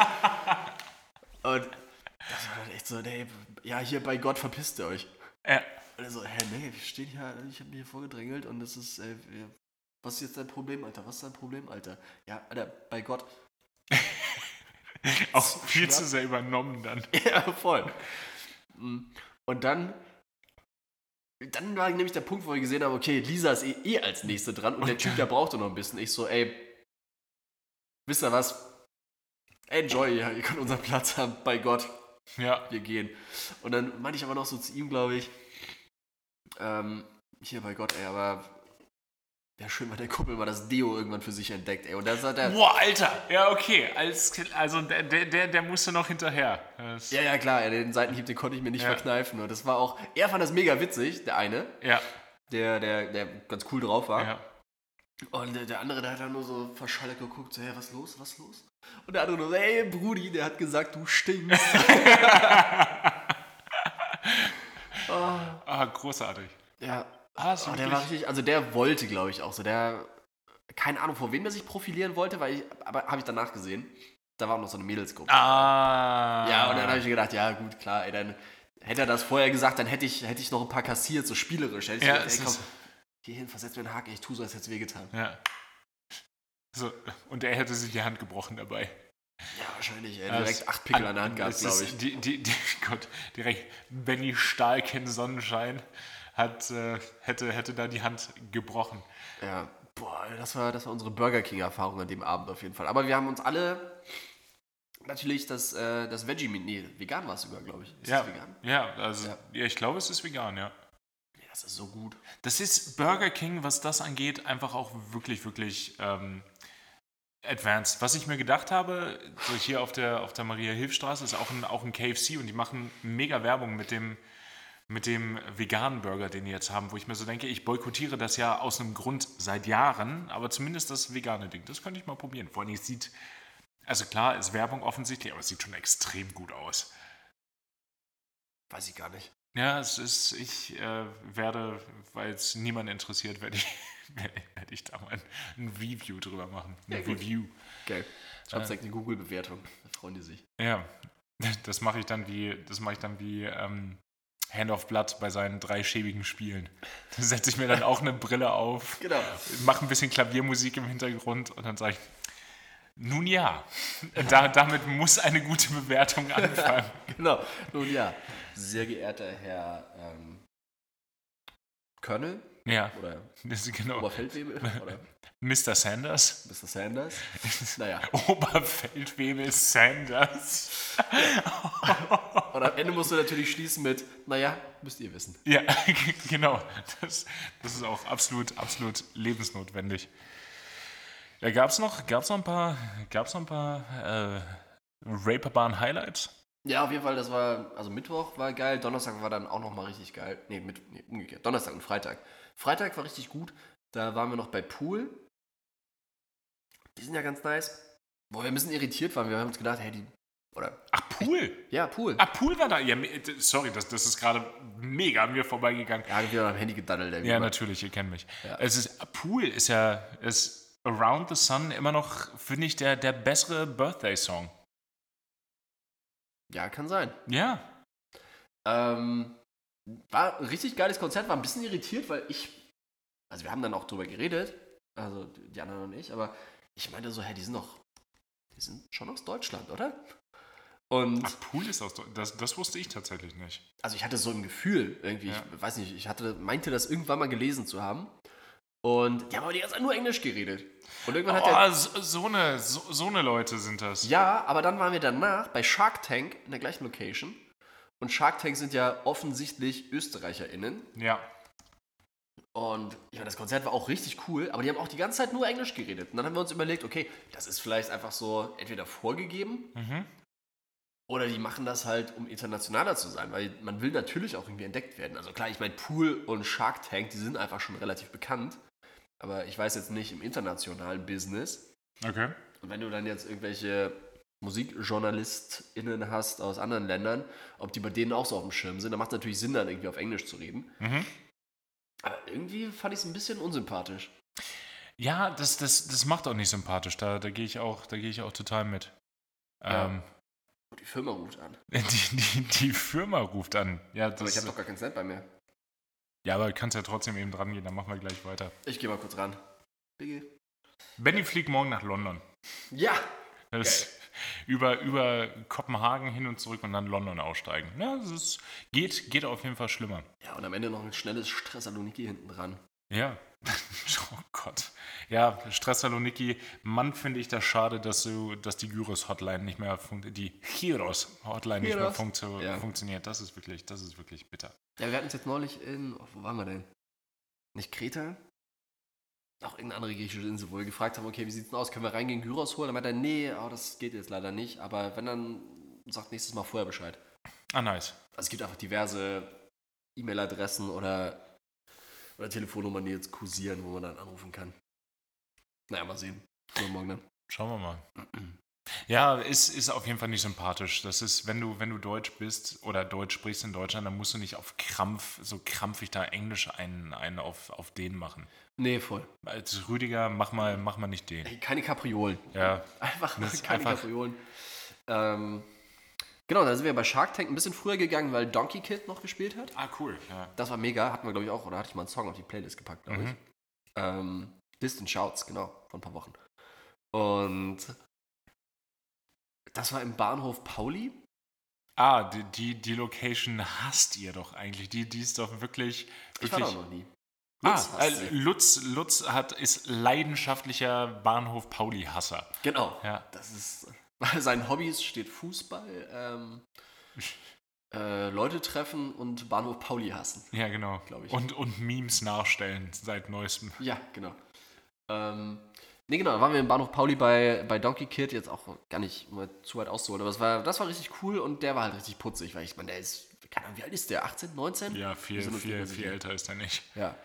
Speaker 2: Und das war dann echt so, ey, ja, hier bei Gott verpisst ihr euch.
Speaker 1: ja.
Speaker 2: Und er so, hä, nee, wir stehen hier, ich habe mich hier vorgedrängelt und das ist, äh, wir- was ist jetzt dein Problem, Alter? Was ist dein Problem, Alter? Ja, Alter, bei Gott.
Speaker 1: auch viel zu sehr übernommen dann.
Speaker 2: ja, voll. Mm. Und dann, dann war nämlich der Punkt, wo ich gesehen habe, okay, Lisa ist eh, eh als Nächste dran und der Typ, der brauchte noch ein bisschen. Ich so, ey, wisst ihr was? Enjoy, ja, ihr könnt unseren Platz haben, bei Gott.
Speaker 1: Ja,
Speaker 2: wir gehen. Und dann meinte ich aber noch so zu ihm, glaube ich, ähm, hier bei Gott, ey, aber wäre schön, wenn der Kumpel mal das Deo irgendwann für sich entdeckt, ey. Und da sagt er,
Speaker 1: Boah, Alter! Ja, okay. Als, also der, der- der, der musste noch hinterher. Das,
Speaker 2: ja, ja, klar, ey, den Seitenhieb, den konnte ich mir nicht
Speaker 1: Ja.
Speaker 2: verkneifen. Und das war auch, er fand das mega witzig, der eine,
Speaker 1: ja,
Speaker 2: der, der, der ganz cool drauf war.
Speaker 1: ja.
Speaker 2: Und der, der andere, der hat dann nur so verschallert geguckt, so, hey, was los, was los? Und der andere nur so, hey, Brudi, der hat gesagt, du stinkst.
Speaker 1: Ah, großartig.
Speaker 2: ja,
Speaker 1: Ah, ist
Speaker 2: Oh, der
Speaker 1: wirklich-
Speaker 2: war richtig, also der wollte, glaube ich, auch so. Der, keine Ahnung, vor wem der sich profilieren wollte, weil ich, aber habe ich danach gesehen. Da war auch noch so eine Mädelsgruppe.
Speaker 1: ah.
Speaker 2: Ja, und dann habe ich mir gedacht, ja, gut, klar, ey, dann hätte er das vorher gesagt, dann hätte ich, hätte ich noch ein paar kassiert, so spielerisch. Hätte ich
Speaker 1: Ja,
Speaker 2: gedacht,
Speaker 1: es
Speaker 2: ey, komm,
Speaker 1: ist-
Speaker 2: hier hin, versetzt mir den Haken, ich tue so, als hätte es wehgetan.
Speaker 1: Ja. So, und er hätte sich die Hand gebrochen dabei.
Speaker 2: Ja, wahrscheinlich, ey,
Speaker 1: Ja,
Speaker 2: direkt
Speaker 1: es-
Speaker 2: acht Pickel an der Hand gehabt,
Speaker 1: es
Speaker 2: glaube
Speaker 1: ist
Speaker 2: ich.
Speaker 1: Die, die, die, Gott, direkt Benny Stahlken Sonnenschein hat, äh, hätte, hätte da die Hand gebrochen.
Speaker 2: Ja, boah, das war, das war unsere Burger King-Erfahrung an dem Abend auf jeden Fall. Aber wir haben uns alle natürlich das, äh, das Veggie Meat, nee, vegan war es sogar, glaube ich. Ist
Speaker 1: ja,
Speaker 2: das vegan?
Speaker 1: ja, also
Speaker 2: Ja.
Speaker 1: ja. ich glaube, es ist vegan, ja.
Speaker 2: Ja, das ist so gut.
Speaker 1: Das ist Burger King, was das angeht, einfach auch wirklich, wirklich ähm, advanced. Was ich mir gedacht habe, so hier auf der, auf der Maria-Hilf-Straße ist auch ein, auch ein KFC und die machen mega Werbung mit dem, mit dem veganen Burger, den die jetzt haben, wo ich mir so denke, ich boykottiere das ja aus einem Grund seit Jahren, aber zumindest das vegane Ding, das könnte ich mal probieren. Vor allem, es sieht, also klar, ist Werbung offensichtlich, aber es sieht schon extrem gut aus.
Speaker 2: Weiß ich gar nicht.
Speaker 1: Ja, es ist, ich äh, werde, weil es niemand interessiert, werde ich, werde ich da mal ein, ein Review drüber machen. Ein
Speaker 2: Ja, gut.
Speaker 1: Review.
Speaker 2: Geil. Ich habe direkt eine Google-Bewertung. Da freuen die sich.
Speaker 1: Ja. Das mache ich dann wie, das mache ich dann wie ähm, Hand of Blood bei seinen drei schäbigen Spielen. Da setze ich mir dann auch eine Brille auf,
Speaker 2: Genau.
Speaker 1: mache ein bisschen Klaviermusik im Hintergrund und dann sage ich, Nun ja, da, damit muss eine gute Bewertung anfangen.
Speaker 2: Genau. Nun ja, sehr geehrter Herr ähm, Colonel
Speaker 1: Ja,
Speaker 2: oder
Speaker 1: das ist genau.
Speaker 2: Oberfeldwebel oder
Speaker 1: Mr. Sanders?
Speaker 2: Mr. Sanders. Naja,
Speaker 1: Oberfeldwebel Sanders?
Speaker 2: und am Ende musst du natürlich schließen mit, naja, müsst ihr wissen.
Speaker 1: Ja, genau. Das, das ist auch absolut, absolut lebensnotwendig. Ja, gab es noch, gab's noch ein paar, gab's noch ein paar äh, Raperbahn-Highlights?
Speaker 2: Ja, auf jeden Fall, das war, also Mittwoch war geil, Donnerstag war dann auch nochmal richtig geil. Nee, mit, nee, umgekehrt, Donnerstag und Freitag. Freitag war richtig gut, da waren wir noch bei Pool. Die sind ja ganz nice. Wo wir ein bisschen irritiert waren, wir haben uns gedacht, hey, die, oder,
Speaker 1: Ach, Pool!
Speaker 2: ja, Pool.
Speaker 1: Ah, Pool war da. Ja, me- d- sorry, das, das ist gerade mega an mir vorbeigegangen.
Speaker 2: Ja, hab wieder am Handy gedaddelt. der
Speaker 1: Ja,
Speaker 2: Lieber.
Speaker 1: natürlich, ihr kennt mich.
Speaker 2: Ja.
Speaker 1: Es ist, Pool ist ja, ist Around the Sun immer noch, finde ich, der, der bessere Birthday-Song.
Speaker 2: Ja, kann sein.
Speaker 1: Ja.
Speaker 2: Ähm, war ein richtig geiles Konzert, war ein bisschen irritiert, weil ich, also wir haben dann auch drüber geredet, also die anderen und ich, aber ich meinte so, hä, die sind doch, die sind schon aus Deutschland, oder? Und
Speaker 1: Ach, Pool ist aus Deutschland. Das, das wusste ich tatsächlich nicht.
Speaker 2: also ich hatte so ein Gefühl irgendwie,
Speaker 1: Ja.
Speaker 2: ich weiß nicht, ich hatte, meinte das irgendwann mal gelesen zu haben. Und die haben aber die ganze Zeit nur Englisch geredet. Und irgendwann hat der.
Speaker 1: Oh, so, so, eine, so, so eine Leute sind das.
Speaker 2: Ja, aber dann waren wir danach bei Shark Tank in der gleichen Location. Und Shark Tank sind ja offensichtlich ÖsterreicherInnen.
Speaker 1: Ja.
Speaker 2: Und ich meine, das Konzert war auch richtig cool, aber die haben auch die ganze Zeit nur Englisch geredet. Und dann haben wir uns überlegt, okay, das ist vielleicht einfach so entweder vorgegeben
Speaker 1: Mhm.
Speaker 2: oder die machen das halt, um internationaler zu sein, weil man will natürlich auch irgendwie entdeckt werden. Also klar, ich meine, Pool und Shark Tank, die sind einfach schon relativ bekannt, aber ich weiß jetzt nicht im internationalen Business.
Speaker 1: Okay.
Speaker 2: Und wenn du dann jetzt irgendwelche MusikjournalistInnen hast aus anderen Ländern, ob die bei denen auch so auf dem Schirm sind, dann macht es natürlich Sinn, dann irgendwie auf Englisch zu reden.
Speaker 1: Mhm.
Speaker 2: Aber irgendwie fand ich es ein bisschen unsympathisch.
Speaker 1: Ja, das, das, das macht auch nicht sympathisch. Da, da gehe ich, auch- da gehe ich auch total mit.
Speaker 2: Ja.
Speaker 1: Ähm,
Speaker 2: Und die Firma ruft an.
Speaker 1: die, die, die Firma ruft an. Ja,
Speaker 2: Aber
Speaker 1: das,
Speaker 2: ich habe doch gar kein Snap bei mir.
Speaker 1: ja, aber du kannst ja trotzdem eben dran gehen. Dann machen wir gleich weiter.
Speaker 2: Ich gehe mal kurz ran. Biggie.
Speaker 1: Benny fliegt morgen nach London.
Speaker 2: Ja!
Speaker 1: Das über, über Kopenhagen hin und zurück und dann London aussteigen. Ja, das ist, geht, geht auf jeden Fall schlimmer.
Speaker 2: Ja, und am Ende noch ein schnelles Stressaloniki hinten dran.
Speaker 1: Ja. Oh Gott. Ja, Stress Saloniki, Mann, finde ich das schade, dass du, dass die Gyros Hotline nicht mehr funktioniert, die Gyros Hotline nicht mehr
Speaker 2: Gyros.
Speaker 1: funktio-
Speaker 2: Ja.
Speaker 1: funktioniert. Das ist wirklich, das ist wirklich bitter.
Speaker 2: Ja, wir hatten es jetzt neulich in. Oh, wo waren wir denn? Nicht Kreta? Auch irgendeine andere griechische Insel, wo wir gefragt haben, okay, wie sieht's denn aus? Können wir reingehen, Gyros holen? Dann meinte er, nee, oh, das geht jetzt leider nicht. Aber wenn dann, sagt nächstes Mal vorher Bescheid.
Speaker 1: Ah, nice.
Speaker 2: Also es gibt einfach diverse E-Mail-Adressen oder, oder Telefonnummern, die jetzt kursieren, wo man dann anrufen kann. Naja, mal sehen. Oder morgen dann.
Speaker 1: Schauen wir mal. Ja, ist, ist auf jeden Fall nicht sympathisch. Das ist, wenn du, wenn du Deutsch bist oder Deutsch sprichst in Deutschland, dann musst du nicht auf Krampf, so krampfig da Englisch einen, einen auf, auf den machen.
Speaker 2: Nee, voll.
Speaker 1: Als Rüdiger, mach mal, mach mal nicht den.
Speaker 2: Ey, keine Kapriolen.
Speaker 1: Ja,
Speaker 2: Einfach mal
Speaker 1: Das ist
Speaker 2: keine
Speaker 1: einfach-
Speaker 2: Kapriolen. Ähm, genau, dann sind wir bei Shark Tank ein bisschen früher gegangen, weil Donkey Kid noch gespielt hat.
Speaker 1: ah, cool. Ja.
Speaker 2: Das war mega, hatten wir, glaube ich, auch, oder hatte ich mal einen Song auf die Playlist gepackt, glaube ich.
Speaker 1: Mhm.
Speaker 2: Ähm, Distant Shouts, genau, vor ein paar Wochen. Und das war im Bahnhof Pauli.
Speaker 1: Ah, die, die, die Location hasst ihr doch eigentlich. Die, die ist doch wirklich. wirklich
Speaker 2: Ich war da auch noch nie.
Speaker 1: Lutz,
Speaker 2: Lutz
Speaker 1: ah,
Speaker 2: hasst
Speaker 1: äh,
Speaker 2: sie.
Speaker 1: Lutz, Lutz hat, ist leidenschaftlicher Bahnhof Pauli-Hasser.
Speaker 2: Genau.
Speaker 1: Ja.
Speaker 2: Das ist. Sein Hobbys steht Fußball, ähm, äh, Leute treffen und Bahnhof Pauli hassen.
Speaker 1: Ja, genau.
Speaker 2: Glaub ich.
Speaker 1: Und, und Memes nachstellen seit neuestem.
Speaker 2: Ja, genau. Ähm, nee, genau, da waren wir im Bahnhof Pauli bei, bei Donkey Kid, jetzt auch gar nicht mal zu weit auszuholen, aber das war, das war richtig cool und der war halt richtig putzig, weil ich meine, der ist, keine Ahnung, wie alt ist der? 18, 19?
Speaker 1: Ja, viel,
Speaker 2: Wir sind uns
Speaker 1: viel,
Speaker 2: nicht mehr
Speaker 1: viel
Speaker 2: sicher.
Speaker 1: älter ist er nicht.
Speaker 2: Ja.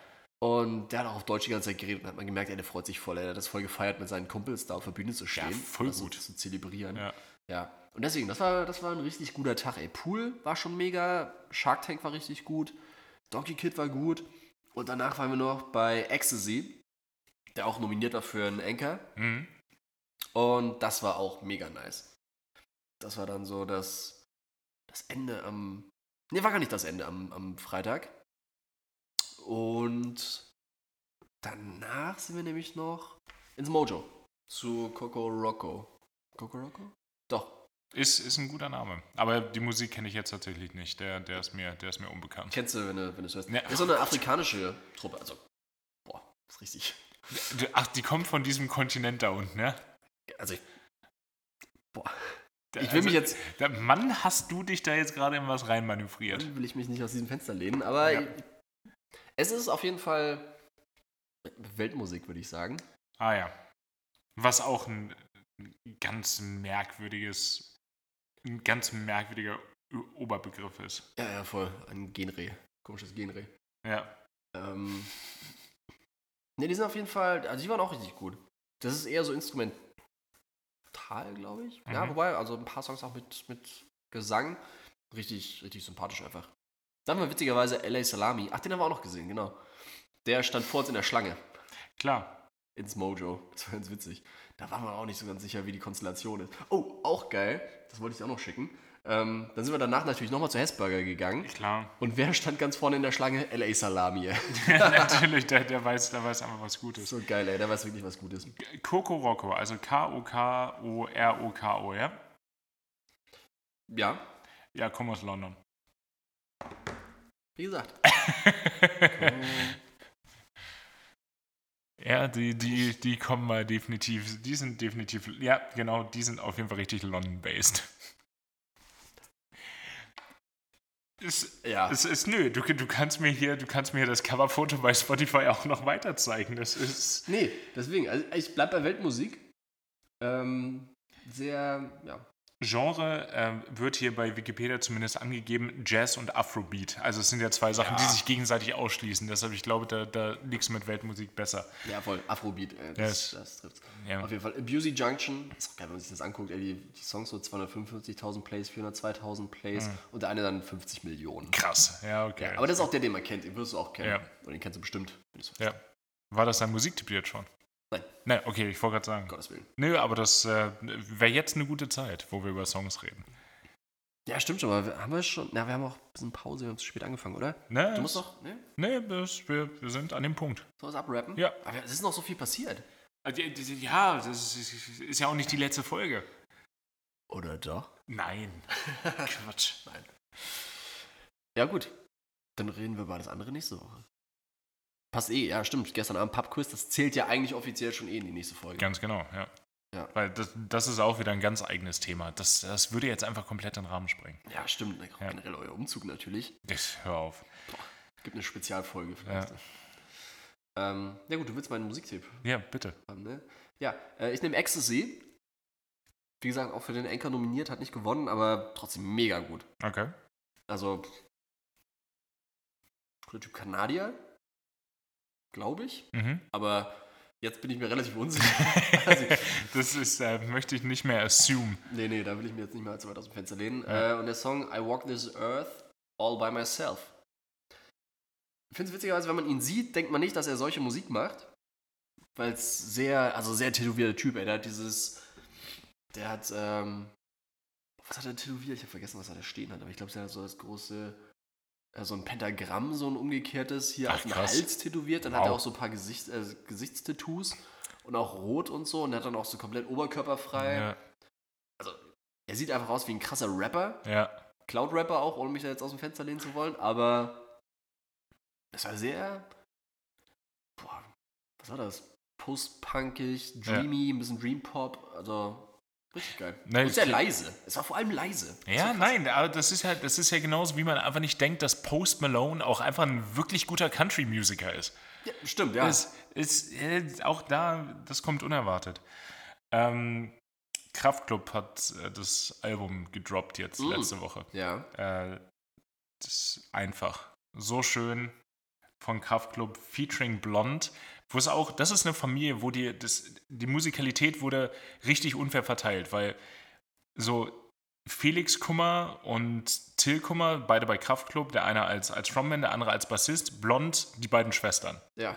Speaker 2: Und der hat auch auf Deutsch die ganze Zeit geredet und hat man gemerkt, ey, der freut sich voll, ey, der hat das voll gefeiert, mit seinen Kumpels da auf der Bühne zu stehen.
Speaker 1: voll
Speaker 2: und das so
Speaker 1: gut.
Speaker 2: Zu zelebrieren.
Speaker 1: Ja.
Speaker 2: Ja, und deswegen, das war, das war ein richtig guter Tag. Ey, Pool war schon mega, Shark Tank war richtig gut, Donkey Kid war gut und danach waren wir noch bei Ecstasy, der auch nominiert war für einen Anchor
Speaker 1: Mhm.
Speaker 2: und das war auch mega nice. Das war dann so das, das Ende am, ne, war gar nicht das Ende am, am Freitag und danach sind wir nämlich noch ins Mojo. zu Coco Rocco. Coco Rocco? Doch.
Speaker 1: Ist, ist ein guter Name. Aber die Musik kenne ich jetzt tatsächlich nicht. Der, der, ist, mir, der ist mir unbekannt.
Speaker 2: Kennst du, wenn du, wenn du es hörst.
Speaker 1: Ja.
Speaker 2: Ist so eine afrikanische Truppe. Also, boah, ist richtig.
Speaker 1: Ach, die kommt von diesem Kontinent da unten, ne?
Speaker 2: Also, ich-
Speaker 1: Da-
Speaker 2: Ich will mich jetzt-
Speaker 1: Da, also, Mann, hast du dich da jetzt gerade in was reinmanövriert?
Speaker 2: will ich mich nicht aus diesem Fenster lehnen, aber
Speaker 1: Ja.
Speaker 2: ich, es ist auf jeden Fall Weltmusik, würde ich sagen.
Speaker 1: Ah ja. Was auch ein ganz merkwürdiges, ein ganz merkwürdiger Ö- Oberbegriff ist.
Speaker 2: Ja, ja, voll. Ein Genreh. Komisches Genreh.
Speaker 1: Ja.
Speaker 2: Ähm, ne, die sind auf jeden Fall, also die waren auch richtig gut. Das ist eher so instrumental, glaube ich. Ja,
Speaker 1: Mhm.
Speaker 2: wobei, also ein paar Songs auch mit, mit Gesang. Richtig, richtig sympathisch einfach. Dann war witzigerweise LA Salami. Ach, den haben wir auch noch gesehen, genau. Der stand vor uns in der Schlange.
Speaker 1: Klar.
Speaker 2: Ins Mojo. Das war ganz witzig. Da waren wir auch nicht so ganz sicher, wie die Konstellation ist. Oh, auch geil. Das wollte ich dir auch noch schicken. Ähm, dann sind wir danach natürlich nochmal zu Hessburger gegangen.
Speaker 1: Klar.
Speaker 2: Und wer stand ganz vorne in der Schlange? LA Salami.
Speaker 1: Natürlich, der, der, weiß, der weiß einfach was Gutes.
Speaker 2: So geil, ey, da weiß wirklich was Gutes.
Speaker 1: Coco Rocco, also K-O-K-O-R-O-K-O, ja?
Speaker 2: Ja,
Speaker 1: Ja, komm aus London.
Speaker 2: wie gesagt.
Speaker 1: Ja, die, die, die kommen mal definitiv, die sind definitiv, ja, genau, die sind auf jeden Fall richtig London-based. Es,
Speaker 2: Ja.
Speaker 1: es ist nö, du, du kannst mir hier, du kannst mir hier das Coverfoto bei Spotify auch noch weiter zeigen. Das ist.
Speaker 2: Nee, deswegen, also ich bleib bei Weltmusik. Ähm, sehr, ja.
Speaker 1: Genre ähm, wird hier bei Wikipedia zumindest angegeben, Jazz und Afrobeat. Also es sind ja zwei Sachen, die sich gegenseitig ausschließen. Deshalb, ich glaube, da, da liegst du mit Weltmusik besser.
Speaker 2: Ja, voll, Afrobeat, äh, das, das trifft's.
Speaker 1: Ja.
Speaker 2: Auf jeden Fall, Abusey Junction, ist auch geil, wenn man sich das anguckt, ey, die, die Songs so 255.000 Plays, 402.000 Plays
Speaker 1: Mhm.
Speaker 2: und der eine dann 50 Millionen.
Speaker 1: Krass. Ja, okay.
Speaker 2: Aber das ist auch der, den man kennt, den wirst du auch kennen.
Speaker 1: Ja.
Speaker 2: Und den kennst du bestimmt. wenn du's-
Speaker 1: Ja. War das dein Musiktipp jetzt schon?
Speaker 2: Nein.
Speaker 1: Nein, okay, ich wollte gerade sagen.
Speaker 2: um Gottes Willen.
Speaker 1: Nö, aber das äh, wäre jetzt eine gute Zeit, wo wir über Songs reden.
Speaker 2: Ja, stimmt schon, aber wir- haben wir schon, na, wir haben auch ein bisschen Pause, wir haben zu spät angefangen, oder?
Speaker 1: Ne?
Speaker 2: Du musst doch, ne?
Speaker 1: Nee, das, wir, wir sind an dem Punkt.
Speaker 2: Sowas abrappen?
Speaker 1: Ja.
Speaker 2: Aber es ist noch so viel passiert.
Speaker 1: Also, Ja, das ist, ist ja auch nicht die letzte Folge.
Speaker 2: Oder doch?
Speaker 1: Nein. Quatsch.
Speaker 2: Nein. Ja, gut. Dann reden wir über das andere nächste Woche. Passt eh, ja, stimmt. Gestern Abend Pubquiz, das zählt ja eigentlich offiziell schon eh in die nächste Folge.
Speaker 1: Ganz genau, ja.
Speaker 2: Ja.
Speaker 1: Weil das, das ist auch wieder ein ganz eigenes Thema. Das, das würde jetzt einfach komplett den Rahmen sprengen.
Speaker 2: Ja, stimmt. ne, Generell euer Umzug natürlich.
Speaker 1: Ich hör auf.
Speaker 2: Gibt eine Spezialfolge vielleicht. Ja. Ähm, ja, gut, du willst meinen Musiktipp
Speaker 1: Ja, bitte.
Speaker 2: haben, ne? Ja, äh, ich nehme Ecstasy. Wie gesagt, auch für den Anchor nominiert, hat nicht gewonnen, aber trotzdem mega gut.
Speaker 1: Okay.
Speaker 2: Also, pff. cooler Typ Kanadier, glaube ich.
Speaker 1: Mhm.
Speaker 2: Aber jetzt bin ich mir relativ unsicher. also,
Speaker 1: Das ist, äh, möchte ich nicht mehr assume.
Speaker 2: nee, nee, da will ich mir jetzt nicht mal allzu weit aus dem Fenster lehnen.
Speaker 1: Ja.
Speaker 2: Äh, und der Song I Walk This Earth All By Myself. Ich finde es witzigerweise, wenn man ihn sieht, denkt man nicht, dass er solche Musik macht. Weil es sehr, also sehr tätowierter Typ, ey. Der hat dieses, der hat, ähm, was hat er tätowiert? Ich habe vergessen, was er da stehen hat. Aber ich glaube, er hat so das große, äh, so ein Pentagramm, so ein umgekehrtes hier
Speaker 1: Ach,
Speaker 2: auf dem
Speaker 1: krass.
Speaker 2: Hals tätowiert. Dann hat er
Speaker 1: Wow.
Speaker 2: auch so ein paar Gesicht, äh, Gesichtstattoos und auch rot und so. Und er hat dann auch so komplett oberkörperfrei.
Speaker 1: Ja,
Speaker 2: Also, er sieht einfach aus wie ein krasser Rapper.
Speaker 1: ja.
Speaker 2: Cloud-Rapper auch, ohne mich da jetzt aus dem Fenster lehnen zu wollen, aber es war sehr. Boah, was war das? Post-punkig, dreamy, ein bisschen Dream-Pop, also richtig geil.
Speaker 1: Nee,
Speaker 2: Und sehr
Speaker 1: ich-
Speaker 2: leise. Es war vor allem leise.
Speaker 1: Ja, nein, aber das ist halt, das ist ja genauso, wie man einfach nicht denkt, dass Post Malone auch einfach ein wirklich guter Country-Musiker ist.
Speaker 2: ja stimmt, ja.
Speaker 1: Es ist äh, auch da, das kommt unerwartet. Ähm, Kraftklub hat äh, das Album gedroppt jetzt
Speaker 2: Mm.
Speaker 1: letzte Woche.
Speaker 2: ja.
Speaker 1: Äh, das ist einfach so schön von Kraftklub featuring Blond, wo es auch, das ist eine Familie, wo die, das, die Musikalität wurde richtig unfair verteilt, weil so Felix Kummer und Till Kummer, beide bei Kraftklub, der eine als, als Frontman, der andere als Bassist, Blond, die beiden Schwestern.
Speaker 2: ja.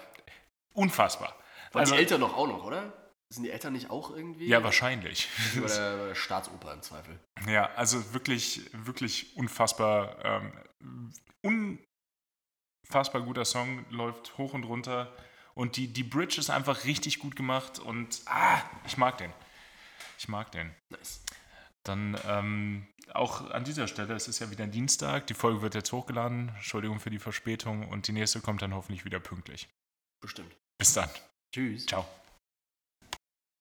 Speaker 1: Unfassbar.
Speaker 2: Waren
Speaker 1: Also-
Speaker 2: die Eltern doch auch noch, oder? Sind die Eltern nicht auch irgendwie?
Speaker 1: Ja, wahrscheinlich.
Speaker 2: Über der, bei der Staatsoper im Zweifel.
Speaker 1: Ja, also wirklich, wirklich unfassbar, ähm, unfassbar guter Song, läuft hoch und runter Und die, die Bridge ist einfach richtig gut gemacht und ah, ich mag den. Ich mag den.
Speaker 2: Nice.
Speaker 1: Dann ähm, auch an dieser Stelle, es ist ja wieder Dienstag, die Folge wird jetzt hochgeladen. Entschuldigung für die Verspätung und die nächste kommt dann hoffentlich wieder pünktlich.
Speaker 2: Bestimmt.
Speaker 1: Bis dann.
Speaker 2: Tschüss.
Speaker 1: Ciao.